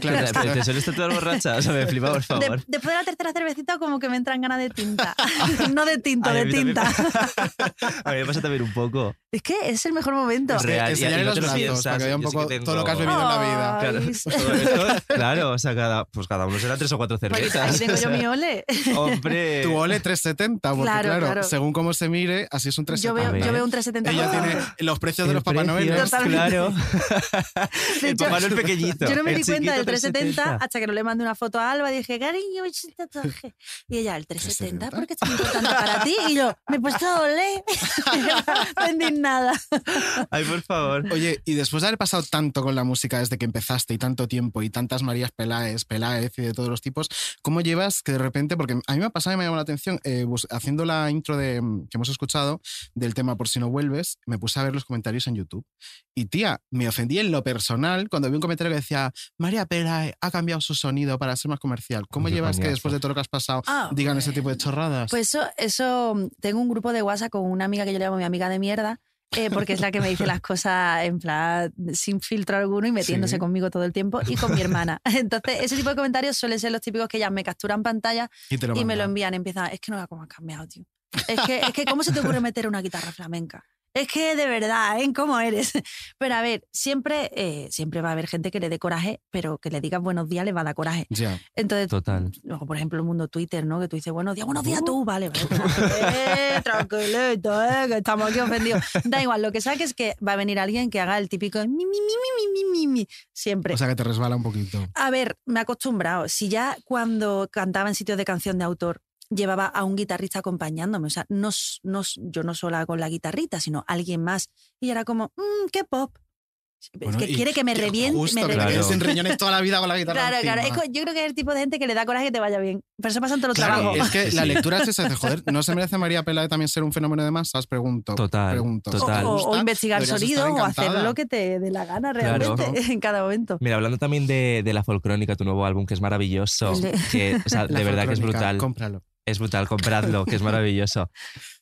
[SPEAKER 2] Claro, es que-
[SPEAKER 3] ¿Te sueles tatuar borracha? O sea, me flipa, por
[SPEAKER 4] De-
[SPEAKER 3] favor.
[SPEAKER 4] después de la tercera cervecita como que me entran ganas de tinta. no de tinto,
[SPEAKER 3] Ay, a
[SPEAKER 4] de
[SPEAKER 3] mí también
[SPEAKER 4] tinta.
[SPEAKER 3] me- a mí me pasa también un poco.
[SPEAKER 4] Es que es el mejor momento.
[SPEAKER 3] Es real.
[SPEAKER 2] enseñarle
[SPEAKER 3] y- y no
[SPEAKER 2] los
[SPEAKER 3] te lo
[SPEAKER 2] brazos,
[SPEAKER 3] piensas,
[SPEAKER 2] para que vea un
[SPEAKER 3] yo sí
[SPEAKER 2] poco
[SPEAKER 3] que
[SPEAKER 2] todo lo que has
[SPEAKER 3] tengo-
[SPEAKER 2] vivido en la vida.
[SPEAKER 4] Ay,
[SPEAKER 3] Claro, Pues
[SPEAKER 4] sí.
[SPEAKER 3] todo esto- claro, o sea, cada, pues cada uno será tres o cuatro
[SPEAKER 4] Porque
[SPEAKER 3] cervezas.
[SPEAKER 4] Ahí tengo
[SPEAKER 3] o
[SPEAKER 4] yo mi
[SPEAKER 3] sea,
[SPEAKER 4] ole.
[SPEAKER 3] Hombre.
[SPEAKER 2] Tu ole 370, porque
[SPEAKER 4] Oh, Claro,
[SPEAKER 2] claro,
[SPEAKER 4] claro.
[SPEAKER 2] según cómo se mire, así es un
[SPEAKER 4] Yo
[SPEAKER 2] 370.
[SPEAKER 4] veo, yo
[SPEAKER 3] ver.
[SPEAKER 4] veo un 370.
[SPEAKER 2] Ella tiene los precios
[SPEAKER 3] ¡ah!
[SPEAKER 2] de
[SPEAKER 3] El
[SPEAKER 2] los Papá Noel.
[SPEAKER 3] precio,
[SPEAKER 4] Totalmente.
[SPEAKER 3] Claro.
[SPEAKER 4] De
[SPEAKER 3] el
[SPEAKER 4] hecho,
[SPEAKER 3] papá no es pequeñito.
[SPEAKER 4] Yo no me
[SPEAKER 3] el
[SPEAKER 4] di cuenta
[SPEAKER 3] chiquito
[SPEAKER 4] del 370
[SPEAKER 3] 370.
[SPEAKER 4] hasta que no le mandé una foto a Alba y dije, cariño, ese tatuaje. Y ella, ¿el 370? ¿Por qué es tan importante para ti? Y yo, me he puesto a doler. Estoy indignada.
[SPEAKER 3] Ay, por favor.
[SPEAKER 2] Oye, y después de haber pasado tanto con la música desde que empezaste y tanto tiempo y tantas Marías Peláez, Peláez y de todos los tipos, ¿cómo llevas que de repente, porque a mí me ha pasado y me ha llamado la atención, eh, bus- haciendo la intro de, mm, que hemos escuchado del tema Por si no vuelves, me puse a ver los comentarios en YouTube. Y tía, me ofendí en lo personal cuando vi un comentario que decía, María Peláez ha cambiado su sonido para ser más comercial. ¿Cómo
[SPEAKER 3] Qué
[SPEAKER 2] llevas que
[SPEAKER 3] coñazo.
[SPEAKER 2] después de todo lo que has pasado
[SPEAKER 4] Ah,
[SPEAKER 2] digan ese tipo de chorradas?
[SPEAKER 4] Pues eso, eso, mm, tengo un grupo de WhatsApp con una amiga que yo le llamo mi amiga de mierda, eh, porque es la que me dice las cosas en plan sin filtro alguno y metiéndose
[SPEAKER 2] Sí.
[SPEAKER 4] conmigo todo el tiempo y con mi hermana. Entonces, ese tipo de comentarios suelen ser los típicos que ellas me capturan pantalla
[SPEAKER 2] y te
[SPEAKER 4] y me lo
[SPEAKER 2] mandan.
[SPEAKER 4] envían. Empiezan, es que no vea cómo has cambiado, tío. Es que, es que, ¿cómo se te ocurre meter una guitarra flamenca? Es que de verdad, ¿eh? ¿Cómo eres? Pero a ver, siempre, eh, siempre va a haber gente que le dé coraje, pero que le digas buenos días le va a dar coraje.
[SPEAKER 2] Ya,
[SPEAKER 4] Entonces,
[SPEAKER 3] Total.
[SPEAKER 4] o, por ejemplo, el mundo Twitter, ¿no? Que tú dices, buenos días, buenos días tú, vale, vale. Eh, tranquilito, eh, que estamos aquí ofendidos. Da igual, lo que saques es que va a venir alguien que haga el típico mi, mi, mi, mi, mi, mi, mi, siempre.
[SPEAKER 2] o sea que te resbala un poquito.
[SPEAKER 4] a ver, me he acostumbrado. Si ya cuando cantaba en sitios de canción de autor llevaba a un guitarrista acompañándome, o sea, no, s- no s- yo no sola con la guitarrita, sino alguien más. Y era como, mmm, qué pop.
[SPEAKER 2] Bueno,
[SPEAKER 4] que
[SPEAKER 2] y-
[SPEAKER 4] quiere que me
[SPEAKER 2] que
[SPEAKER 4] reviente,
[SPEAKER 2] justo,
[SPEAKER 4] me
[SPEAKER 2] que te
[SPEAKER 4] reviente.
[SPEAKER 3] Claro.
[SPEAKER 2] quedes en riñones toda la vida con la guitarra.
[SPEAKER 4] Claro, claro. Es
[SPEAKER 2] encima.
[SPEAKER 4] co- yo creo que es el tipo de gente que le da coraje que te vaya bien. Pero eso pasa en todos los
[SPEAKER 2] Claro,
[SPEAKER 4] trabajos.
[SPEAKER 2] es que
[SPEAKER 3] Sí,
[SPEAKER 2] la
[SPEAKER 3] sí.
[SPEAKER 2] lectura es esa de joder. ¿No se merece María Peláez también ser un fenómeno de masas? Pregunto.
[SPEAKER 3] Total,
[SPEAKER 2] pregunto.
[SPEAKER 4] O-
[SPEAKER 3] total.
[SPEAKER 2] ¿Te
[SPEAKER 4] O,
[SPEAKER 2] gusta?
[SPEAKER 4] o investigar
[SPEAKER 2] Deberías estar
[SPEAKER 4] sonido o hacer
[SPEAKER 2] encantada.
[SPEAKER 4] lo que te dé la gana realmente
[SPEAKER 3] Claro.
[SPEAKER 4] en cada momento.
[SPEAKER 3] Mira, hablando también de, de la folcrónica, tu nuevo álbum, que es maravilloso.
[SPEAKER 4] Sí.
[SPEAKER 3] Que, o sea,
[SPEAKER 2] La
[SPEAKER 3] de verdad que es
[SPEAKER 2] folclónica,
[SPEAKER 3] brutal.
[SPEAKER 2] Cómpralo.
[SPEAKER 3] Es brutal, compradlo, que es maravilloso.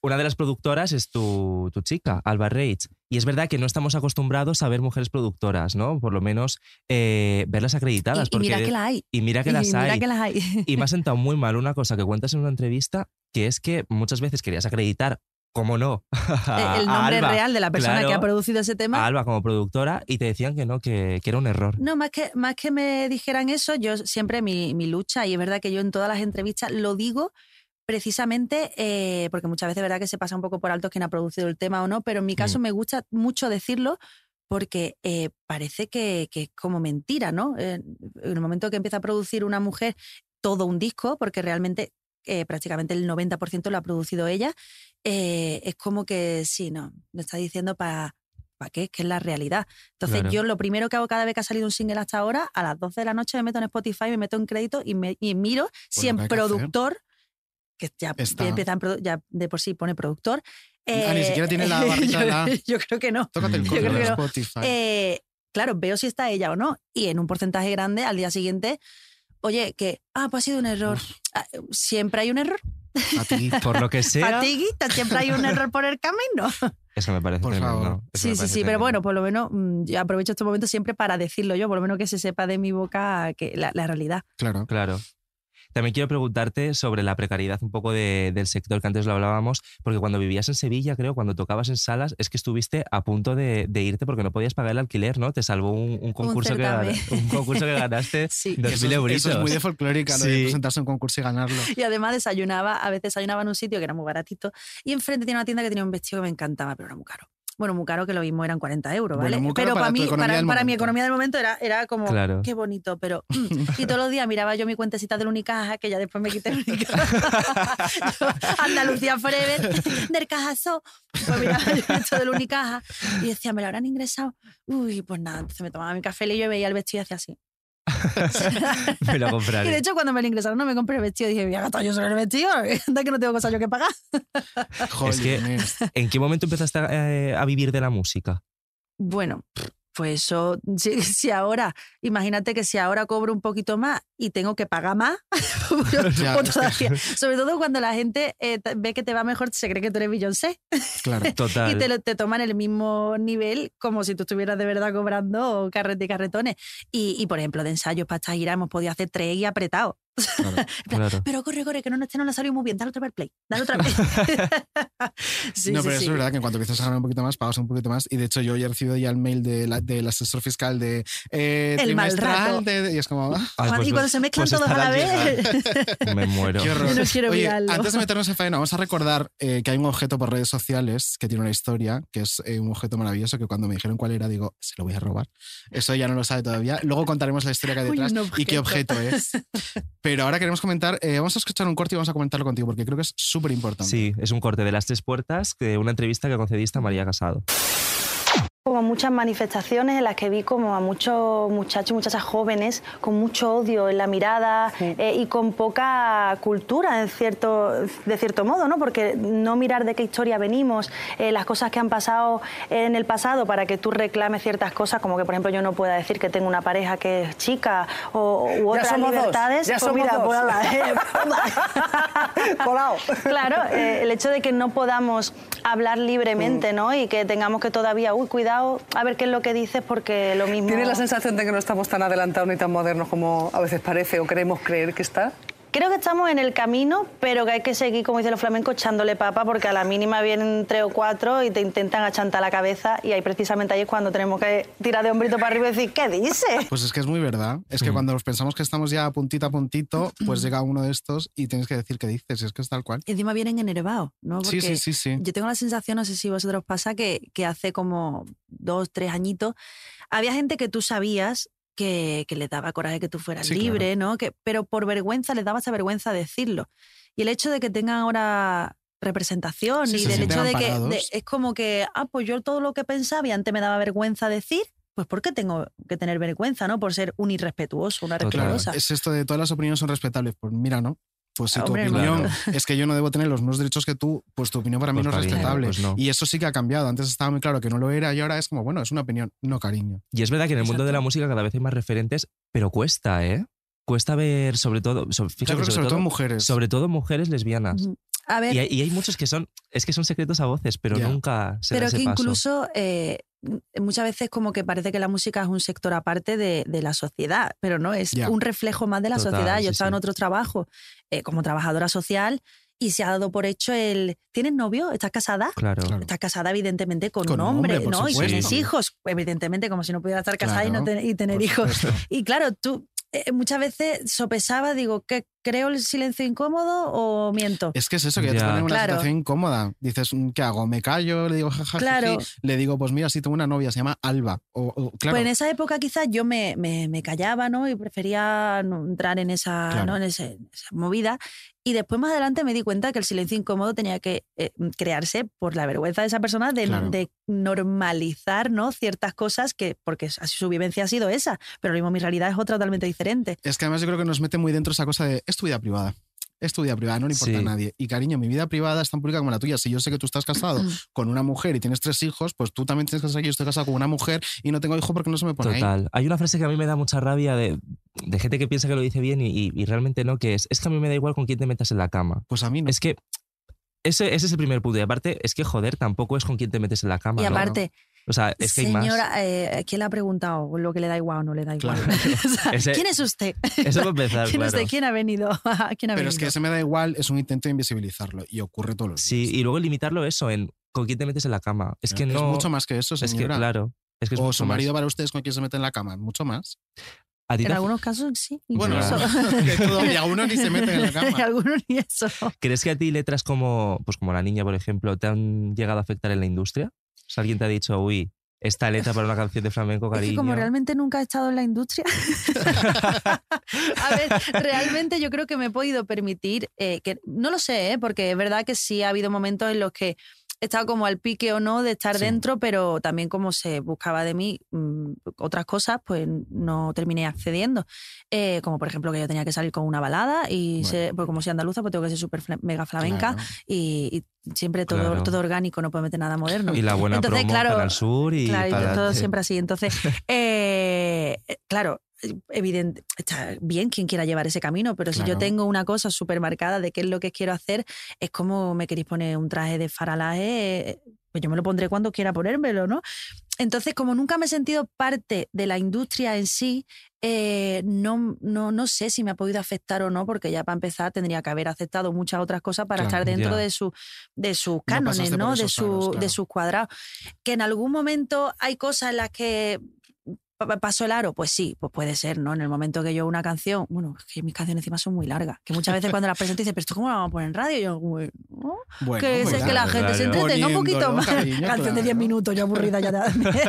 [SPEAKER 3] Una de las productoras es tu, tu chica, Alba Reitz. Y es verdad que no estamos acostumbrados a ver mujeres productoras, ¿no? Por lo menos eh, verlas
[SPEAKER 4] Y,
[SPEAKER 3] acreditadas.
[SPEAKER 4] y
[SPEAKER 3] porque-
[SPEAKER 4] mira que la hay.
[SPEAKER 3] y mira que
[SPEAKER 4] y
[SPEAKER 3] las
[SPEAKER 4] mira
[SPEAKER 3] hay.
[SPEAKER 4] que las hay.
[SPEAKER 3] Y me ha sentado muy mal una cosa que cuentas en una entrevista, que es que muchas veces querías acreditar, ¿cómo no? a-
[SPEAKER 4] E, Eh, el
[SPEAKER 3] a
[SPEAKER 4] nombre
[SPEAKER 3] Ah, Alba,
[SPEAKER 4] real de la persona
[SPEAKER 3] claro. Ah.
[SPEAKER 4] que ha producido ese tema.
[SPEAKER 3] a Alba como productora y te decían que no, que, que era un error.
[SPEAKER 4] No, más que, más que me dijeran eso, yo siempre mi, mi lucha, y es verdad que yo en todas las entrevistas lo digo precisamente eh, porque muchas veces es verdad que se pasa un poco por alto quién ha producido el tema o no, pero en mi
[SPEAKER 3] Mm.
[SPEAKER 4] caso me gusta mucho decirlo porque eh, parece que, que es como mentira, ¿no? Eh, en el momento que empieza a producir una mujer todo un disco, porque realmente eh, prácticamente el 90% lo ha producido ella, eh, es como que sí, no, lo está diciendo para... ¿Para qué? Que es la realidad. Entonces,
[SPEAKER 3] Claro.
[SPEAKER 4] yo lo primero que hago cada vez que ha salido un single hasta ahora, a las 12 de la noche me meto en Spotify, me meto en crédito y, me, y miro si
[SPEAKER 2] lo
[SPEAKER 4] en
[SPEAKER 2] que hay que hacer.
[SPEAKER 4] productor, que ya,
[SPEAKER 2] Está.
[SPEAKER 4] empieza en produ- ya de por sí pone productor.
[SPEAKER 2] Ah, ni
[SPEAKER 4] eh,
[SPEAKER 2] siquiera tiene la barrita
[SPEAKER 4] yo,
[SPEAKER 2] de la-
[SPEAKER 4] yo creo que no.
[SPEAKER 2] Tócate el
[SPEAKER 3] Yo
[SPEAKER 2] coño
[SPEAKER 4] Mm. creo
[SPEAKER 2] de
[SPEAKER 4] que no.
[SPEAKER 2] Spotify.
[SPEAKER 4] Eh, claro, veo si está ella o no. Y en un porcentaje grande, al día siguiente, oye, que, ah, pues ha sido un error. Ah, Siempre hay un error.
[SPEAKER 2] A ti.
[SPEAKER 3] Por lo que sea.
[SPEAKER 4] Fatiguita, siempre hay un error por el camino.
[SPEAKER 3] Eso me parece
[SPEAKER 2] Por
[SPEAKER 3] tremendo.
[SPEAKER 2] favor.
[SPEAKER 3] Eso me
[SPEAKER 4] Sí, sí,
[SPEAKER 3] parece
[SPEAKER 4] sí, pero
[SPEAKER 3] tremendo.
[SPEAKER 4] bueno, por lo menos mm, yo aprovecho este momento siempre para decirlo yo, por lo menos que se sepa de mi boca que la, la realidad.
[SPEAKER 2] Claro.
[SPEAKER 3] Claro. También quiero preguntarte sobre la precariedad un poco de- del sector, que antes lo hablábamos, porque cuando vivías en Sevilla, creo, cuando tocabas en salas, es que estuviste a punto de, de irte porque no podías pagar el alquiler, ¿no? Te salvó un, un concurso, que, gan-
[SPEAKER 4] certamen.
[SPEAKER 3] un concurso que ganaste
[SPEAKER 4] Sí.
[SPEAKER 3] 2.000
[SPEAKER 2] Eso es-
[SPEAKER 3] euros.
[SPEAKER 2] Eso es muy de folclórica, lo
[SPEAKER 3] Sí.
[SPEAKER 2] de presentarse a un concurso y ganarlo.
[SPEAKER 4] Y además desayunaba, a veces desayunaba en un sitio que era muy baratito y enfrente tenía una tienda que tenía un vestido que me encantaba, pero era muy caro. bueno, muy caro que lo mismo eran 40 euros, ¿vale?
[SPEAKER 2] Bueno, muy caro
[SPEAKER 4] pero
[SPEAKER 2] para
[SPEAKER 4] para,
[SPEAKER 2] tu
[SPEAKER 4] mí,
[SPEAKER 2] economía
[SPEAKER 4] para,
[SPEAKER 2] del
[SPEAKER 4] para mi
[SPEAKER 2] momento.
[SPEAKER 4] economía del momento era, era como,
[SPEAKER 3] Claro.
[SPEAKER 4] qué bonito, pero... mm. Y todos los días miraba yo mi cuentecita del Unicaja, que ya después me quité el Unicaja. Yo, Andalucía Forever, del Cajazo. Pues miraba yo esto del Unicaja y decía, ¿me lo habrán ingresado? Uy, pues nada, entonces me tomaba mi café y yo veía el vestido y hacía así.
[SPEAKER 3] Me lo
[SPEAKER 4] Y de
[SPEAKER 3] compraré.
[SPEAKER 4] hecho, cuando me lo ingresaron, no me compré el vestido. Dije, voy a gastar yo solo el vestido. Anda que no tengo cosas yo que pagar.
[SPEAKER 3] Es que-
[SPEAKER 2] Jolines.
[SPEAKER 3] ¿En qué momento empezaste a, eh, a vivir de la música?
[SPEAKER 4] Bueno, pues eso, si, si ahora, imagínate que si ahora cobro un poquito más y tengo que pagar más, pues yo-
[SPEAKER 2] Ya,
[SPEAKER 4] o
[SPEAKER 2] es que-
[SPEAKER 4] todavía- sobre todo cuando la gente eh, t- ve que te va mejor, se cree que tú eres Beyoncé
[SPEAKER 2] Claro.
[SPEAKER 3] Total.
[SPEAKER 4] y te, lo- te toman el mismo nivel como si tú estuvieras de verdad cobrando carrete y carretones. Y, y, por ejemplo, de ensayos para esta gira hemos podido hacer tres y apretado.
[SPEAKER 2] claro.
[SPEAKER 3] Claro.
[SPEAKER 4] Pero corre, corre, que no, este no le ha salido muy bien, dale otra vez play, dale otra vez. sí,
[SPEAKER 2] no,
[SPEAKER 4] sí,
[SPEAKER 2] pero eso
[SPEAKER 4] sí.
[SPEAKER 2] es verdad que en cuanto empiezas a ganar un poquito más, pagas un poquito más. Y de hecho, yo ya he recibido ya el mail de la- del asesor fiscal de. Eh,
[SPEAKER 4] El mal
[SPEAKER 2] trimestral
[SPEAKER 4] rato.
[SPEAKER 2] de- y es como. ah,
[SPEAKER 3] Ay,
[SPEAKER 4] Juan,
[SPEAKER 3] pues
[SPEAKER 4] y
[SPEAKER 3] me-
[SPEAKER 4] cuando se mezclan
[SPEAKER 3] pues
[SPEAKER 4] todos a la
[SPEAKER 3] estarán
[SPEAKER 4] vez.
[SPEAKER 3] llegando. Me muero.
[SPEAKER 2] Qué horror.
[SPEAKER 4] Yo no quiero
[SPEAKER 2] Oye,
[SPEAKER 4] mirarlo.
[SPEAKER 2] Antes de meternos en faena, vamos a recordar eh, que hay un objeto por redes sociales que tiene una historia, que es eh, un objeto maravilloso que cuando me dijeron cuál era, digo, se lo voy a robar. Eso ya no lo sabe todavía. Luego contaremos la historia que hay
[SPEAKER 4] Uy,
[SPEAKER 2] detrás
[SPEAKER 4] un
[SPEAKER 2] y qué
[SPEAKER 4] objeto.
[SPEAKER 2] objeto es. Pero ahora queremos comentar, eh, vamos a escuchar un corte y vamos a comentarlo contigo porque creo que es súper importante.
[SPEAKER 3] Sí, es un corte de las tres puertas de una entrevista que concediste a María Casado.
[SPEAKER 10] Como muchas manifestaciones en las que vi como a muchos muchachos y muchachas jóvenes con mucho odio en la mirada eh, y con poca cultura en cierto, de cierto modo, ¿no? Porque no mirar de qué historia venimos, eh, las cosas que han pasado en el pasado para que tú reclames ciertas cosas, como que por ejemplo yo no pueda decir que tengo una pareja que es chica o u otras
[SPEAKER 6] somos dos,
[SPEAKER 10] libertades.
[SPEAKER 6] ya
[SPEAKER 10] pues
[SPEAKER 6] somos
[SPEAKER 10] mira,
[SPEAKER 6] dos.
[SPEAKER 10] pues ala, eh,
[SPEAKER 6] Colao.
[SPEAKER 10] Claro, eh, el hecho de que no podamos hablar libremente,
[SPEAKER 11] Mm.
[SPEAKER 10] ¿no? Y que tengamos que todavía, uy, cuidado, a ver qué es lo que dices, porque lo mismo.
[SPEAKER 11] ¿Tienes la sensación de que no estamos tan adelantados ni tan modernos como a veces parece o queremos creer que está?
[SPEAKER 10] Creo que estamos en el camino, pero que hay que seguir, como dicen los flamencos, echándole papa, porque a la mínima vienen tres o cuatro y te intentan achantar la cabeza, y ahí precisamente ahí es cuando tenemos que tirar de hombrito para arriba y decir, ¿qué dices?
[SPEAKER 2] Pues es que es muy verdad. Es que cuando nos pensamos que estamos ya puntito a puntito,
[SPEAKER 4] Mm.
[SPEAKER 2] pues llega uno de estos y tienes que decir qué dices. Y es que es tal cual.
[SPEAKER 4] Y encima vienen enervados, ¿no? Porque
[SPEAKER 2] Sí, sí, sí, sí.
[SPEAKER 4] Yo tengo la sensación, no sé si vosotros os pasa, que, que hace como dos, tres añitos había gente que tú sabías que, que le daba coraje que tú fueras
[SPEAKER 2] Sí,
[SPEAKER 4] libre, ¿no? Que, pero por vergüenza les daba esa vergüenza decirlo. Y el hecho de que tengan ahora representación
[SPEAKER 2] Sí,
[SPEAKER 4] y
[SPEAKER 2] se
[SPEAKER 4] del
[SPEAKER 2] sienten
[SPEAKER 4] hecho de que
[SPEAKER 2] amparados.
[SPEAKER 4] de- es como que, ah, pues yo todo lo que pensaba y antes me daba vergüenza decir, pues ¿por qué tengo que tener vergüenza, no? Por ser un irrespetuoso, una
[SPEAKER 3] Total.
[SPEAKER 2] Claro,
[SPEAKER 4] respetuosa.
[SPEAKER 2] es esto de todas las opiniones son respetables. Pues mira, ¿no? Pues si tu
[SPEAKER 4] Ah, Hombre,
[SPEAKER 2] opinión es que yo no debo tener los mismos derechos que tú, pues tu opinión para mí
[SPEAKER 3] Pues
[SPEAKER 2] no es
[SPEAKER 3] para mí,
[SPEAKER 2] respetable.
[SPEAKER 3] pues no.
[SPEAKER 2] Y eso sí que ha cambiado. Antes estaba muy claro que no lo era y ahora es como, bueno, es una opinión, no cariño.
[SPEAKER 3] Y es verdad que en el mundo de la música cada vez hay más referentes, pero cuesta, ¿eh? Cuesta ver, sobre todo, so- fíjate,
[SPEAKER 2] Yo creo que sobre todo en mujeres.
[SPEAKER 3] sobre todo mujeres lesbianas.
[SPEAKER 4] Ujú. A ver,
[SPEAKER 3] Y hay, y hay muchos que son, es que son secretos a voces, pero
[SPEAKER 2] Ya.
[SPEAKER 3] nunca se
[SPEAKER 4] pero
[SPEAKER 3] da ese
[SPEAKER 4] que
[SPEAKER 3] paso.
[SPEAKER 4] incluso eh, m- muchas veces como que parece que la música es un sector aparte de, de la sociedad, pero no, es
[SPEAKER 2] Ya.
[SPEAKER 4] un reflejo más de la
[SPEAKER 3] Total,
[SPEAKER 4] sociedad. Yo
[SPEAKER 3] sí,
[SPEAKER 4] he estado en
[SPEAKER 3] sí.
[SPEAKER 4] otro trabajo eh, como trabajadora social y se ha dado por hecho el, ¿tienes novio? ¿Estás casada?
[SPEAKER 3] Claro.
[SPEAKER 2] Claro.
[SPEAKER 4] Estás casada evidentemente con,
[SPEAKER 2] Con
[SPEAKER 4] un
[SPEAKER 2] un hombre,
[SPEAKER 4] hombre,
[SPEAKER 2] por
[SPEAKER 4] ¿no? Y
[SPEAKER 2] supuesto.
[SPEAKER 4] tienes hijos, evidentemente, como si no pudiera estar casada y, no
[SPEAKER 2] Claro,
[SPEAKER 4] ten- y tener
[SPEAKER 2] Por
[SPEAKER 4] hijos.
[SPEAKER 2] supuesto.
[SPEAKER 4] Y claro, tú eh, muchas veces sopesaba, digo, ¿qué creo el silencio incómodo o miento?
[SPEAKER 2] Es que es eso, que ya, te
[SPEAKER 3] Ya.
[SPEAKER 2] ponen en una
[SPEAKER 4] Claro.
[SPEAKER 2] situación incómoda. Dices, mm, ¿qué hago? ¿Me callo? Le digo, jajaja.
[SPEAKER 4] Claro.
[SPEAKER 2] Le digo, pues mira, sí tengo una novia, se llama Alba. O, o- claro,
[SPEAKER 4] Pues en esa época quizás yo me, me- me callaba, ¿no? Y prefería no entrar en esa,
[SPEAKER 2] Claro.
[SPEAKER 4] ¿no? en ese- en esa movida. Y después más adelante me di cuenta que el silencio incómodo tenía que eh, crearse por la vergüenza de esa persona de,
[SPEAKER 2] Claro.
[SPEAKER 4] de normalizar, ¿no? Ciertas cosas que, porque así su vivencia ha sido esa, pero lo mismo mi realidad es otra totalmente diferente.
[SPEAKER 2] es que además yo creo que nos mete muy dentro esa cosa de, es tu vida privada. Es tu vida privada, no le importa a
[SPEAKER 3] Sí.
[SPEAKER 2] nadie. Y cariño, mi vida privada es tan pública como la tuya. Si yo sé que tú estás casado
[SPEAKER 3] Mm.
[SPEAKER 2] con una mujer y tienes tres hijos, pues tú también tienes que saber que yo estoy casado con una mujer y no tengo hijo porque no se me pone ahí.
[SPEAKER 3] Total. Hay una frase que a mí me da mucha rabia de, de gente que piensa que lo dice bien y, y- y realmente no, que es, es que a mí me da igual con quién te metas en la cama.
[SPEAKER 2] Pues a mí no.
[SPEAKER 3] Es que ese, ese es el primer punto. Y aparte, es que joder, tampoco es con quién te metes en la cama.
[SPEAKER 4] y
[SPEAKER 3] ¿no?
[SPEAKER 4] aparte,
[SPEAKER 3] O sea, es que hay más.
[SPEAKER 4] señora, eh, ¿quién le ha preguntado lo que le da igual o no le da igual? O sea,
[SPEAKER 3] Ese-
[SPEAKER 4] ¿Quién es usted?
[SPEAKER 3] Eso para empezar,
[SPEAKER 4] ¿Quién, es
[SPEAKER 3] claro.
[SPEAKER 4] usted? ¿Quién ha venido? ¿Quién
[SPEAKER 2] Pero
[SPEAKER 4] ha venido?
[SPEAKER 2] es que se me da igual, es un intento de invisibilizarlo y ocurre todos los
[SPEAKER 3] Sí,
[SPEAKER 2] días.
[SPEAKER 3] y luego limitarlo eso en con quién te metes en la cama. Es que no.
[SPEAKER 2] mucho más que eso,
[SPEAKER 3] es que,
[SPEAKER 2] señora.
[SPEAKER 3] claro. Es que es
[SPEAKER 2] o
[SPEAKER 3] mucho
[SPEAKER 2] su
[SPEAKER 3] más.
[SPEAKER 2] marido para ustedes con quien se mete en la cama, mucho más.
[SPEAKER 3] A ti
[SPEAKER 4] En
[SPEAKER 3] te-
[SPEAKER 4] algunos casos sí.
[SPEAKER 2] Bueno,
[SPEAKER 4] incluso.
[SPEAKER 2] de todo, y algunos ni se meten en la
[SPEAKER 4] Y
[SPEAKER 2] cama.
[SPEAKER 4] algunos ni eso.
[SPEAKER 3] ¿Crees que a ti letras como, pues como La Niña, por ejemplo, te han llegado a afectar en la industria? O sea, alguien te ha dicho, uy, esta letra para una canción de flamenco,
[SPEAKER 4] Es
[SPEAKER 3] cariño.
[SPEAKER 4] que como realmente nunca he estado en la industria, a ver, realmente yo creo que me he podido permitir, eh, que no lo sé, ¿eh? porque es verdad que sí ha habido momentos en los que he estado como al pique o no de estar dentro, pero también como se buscaba de mí mm, otras cosas, pues no terminé accediendo. Eh, como por ejemplo que yo tenía que salir con una balada y ser- pues como soy andaluza, pues tengo que ser súper fla- mega flamenca
[SPEAKER 3] Claro.
[SPEAKER 4] y, y siempre todo,
[SPEAKER 3] Claro.
[SPEAKER 4] todo orgánico, no puedo meter nada moderno.
[SPEAKER 3] Y la buena
[SPEAKER 4] Entonces,
[SPEAKER 3] promo
[SPEAKER 4] claro,
[SPEAKER 3] para el sur y
[SPEAKER 4] claro, y
[SPEAKER 3] para-
[SPEAKER 4] todo siempre así. Entonces, eh, claro, evidente, está bien quien quiera llevar ese camino, pero si yo
[SPEAKER 5] Claro.
[SPEAKER 4] tengo una cosa súper marcada de qué es lo que quiero hacer, es como me queréis poner un traje de faralaje, eh, pues yo me lo pondré cuando quiera ponérmelo, ¿no? Entonces, como nunca me he sentido parte de la industria en sí, eh, no, no, no sé si me ha podido afectar o no, porque ya para empezar tendría que haber aceptado muchas otras cosas para
[SPEAKER 5] Claro,
[SPEAKER 4] estar dentro
[SPEAKER 5] ya.
[SPEAKER 4] de, su, de sus
[SPEAKER 5] No
[SPEAKER 4] cánones,
[SPEAKER 5] pasaste
[SPEAKER 4] ¿no?
[SPEAKER 5] por
[SPEAKER 4] de,
[SPEAKER 5] esos
[SPEAKER 4] su,
[SPEAKER 5] aros, claro.
[SPEAKER 4] de sus cuadrados. Que en algún momento hay cosas en las que pa- pa- pasó el aro, pues sí, pues puede ser, ¿no? En el momento que yo una canción, bueno, es que mis canciones encima son muy largas, que muchas veces cuando las presento dices, pero esto cómo la vamos a poner en radio, y yo, bueno,
[SPEAKER 2] Bueno,
[SPEAKER 4] que,
[SPEAKER 2] pues
[SPEAKER 4] se- que la
[SPEAKER 2] claro,
[SPEAKER 4] gente se
[SPEAKER 2] claro.
[SPEAKER 4] entretenga un poquito
[SPEAKER 2] Poniéndolo,
[SPEAKER 4] más.
[SPEAKER 2] cariño,
[SPEAKER 4] Canción de
[SPEAKER 2] claro.
[SPEAKER 4] 10 minutos, yo aburrida ya también.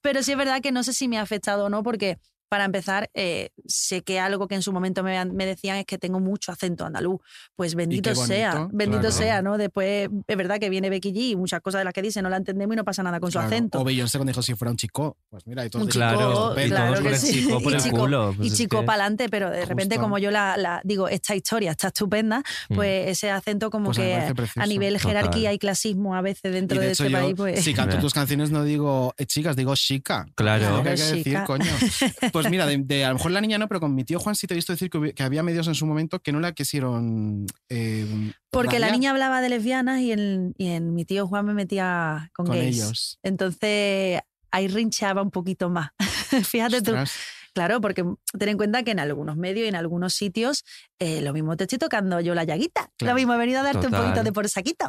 [SPEAKER 4] Pero sí es verdad que no sé si me ha afectado o no, porque para empezar, eh, sé que algo que en su momento me, han- me decían es que tengo mucho acento andaluz. Pues bendito
[SPEAKER 5] qué bonito,
[SPEAKER 4] sea, bendito
[SPEAKER 5] claro.
[SPEAKER 4] sea, ¿no? Después es verdad que viene Becky G y muchas cosas de las que dice no la entendemos y no pasa nada con su
[SPEAKER 2] Claro,
[SPEAKER 4] acento.
[SPEAKER 2] O Beyoncé cuando dijo si fuera un chico, pues mira, y todo
[SPEAKER 4] Un chico,
[SPEAKER 3] Claro, y todos con el chico por
[SPEAKER 4] Y
[SPEAKER 3] el
[SPEAKER 4] chico-
[SPEAKER 3] culo. pues
[SPEAKER 4] y
[SPEAKER 3] es
[SPEAKER 4] chico
[SPEAKER 3] que-
[SPEAKER 4] para adelante, pero de repente,
[SPEAKER 3] Justo.
[SPEAKER 4] como yo la, la- digo, esta historia está estupenda, pues ese acento, como
[SPEAKER 2] Mm. Pues me
[SPEAKER 4] que
[SPEAKER 2] parece precioso.
[SPEAKER 4] a nivel
[SPEAKER 2] Total.
[SPEAKER 4] jerarquía y clasismo a
[SPEAKER 2] Y
[SPEAKER 4] veces dentro de,
[SPEAKER 2] de hecho,
[SPEAKER 4] este
[SPEAKER 2] yo,
[SPEAKER 4] país, pues.
[SPEAKER 2] si canto tus canciones, no digo eh, chicas, digo chica.
[SPEAKER 3] Claro.
[SPEAKER 2] Es lo que hay que
[SPEAKER 4] Claro,
[SPEAKER 2] decir,
[SPEAKER 4] chica.
[SPEAKER 2] coño. Pues mira, de, de- a lo mejor la niña no, pero con mi tío Juan sí te he visto decir que, hubi- que había medios en su momento que no la quisieron. eh,
[SPEAKER 4] Porque la
[SPEAKER 2] radiar.
[SPEAKER 4] niña hablaba de lesbianas y en, y en mi tío Juan me metía con,
[SPEAKER 2] Con
[SPEAKER 4] gays.
[SPEAKER 2] ellos.
[SPEAKER 4] Entonces ahí rinchaba un poquito más. Fíjate
[SPEAKER 2] Ostras.
[SPEAKER 4] tú. Claro, porque ten en cuenta que en algunos medios y en algunos sitios eh, lo mismo te estoy tocando yo la llaguita.
[SPEAKER 2] Claro.
[SPEAKER 4] Lo mismo he venido a darte un
[SPEAKER 2] Total.
[SPEAKER 4] poquito de por saquito.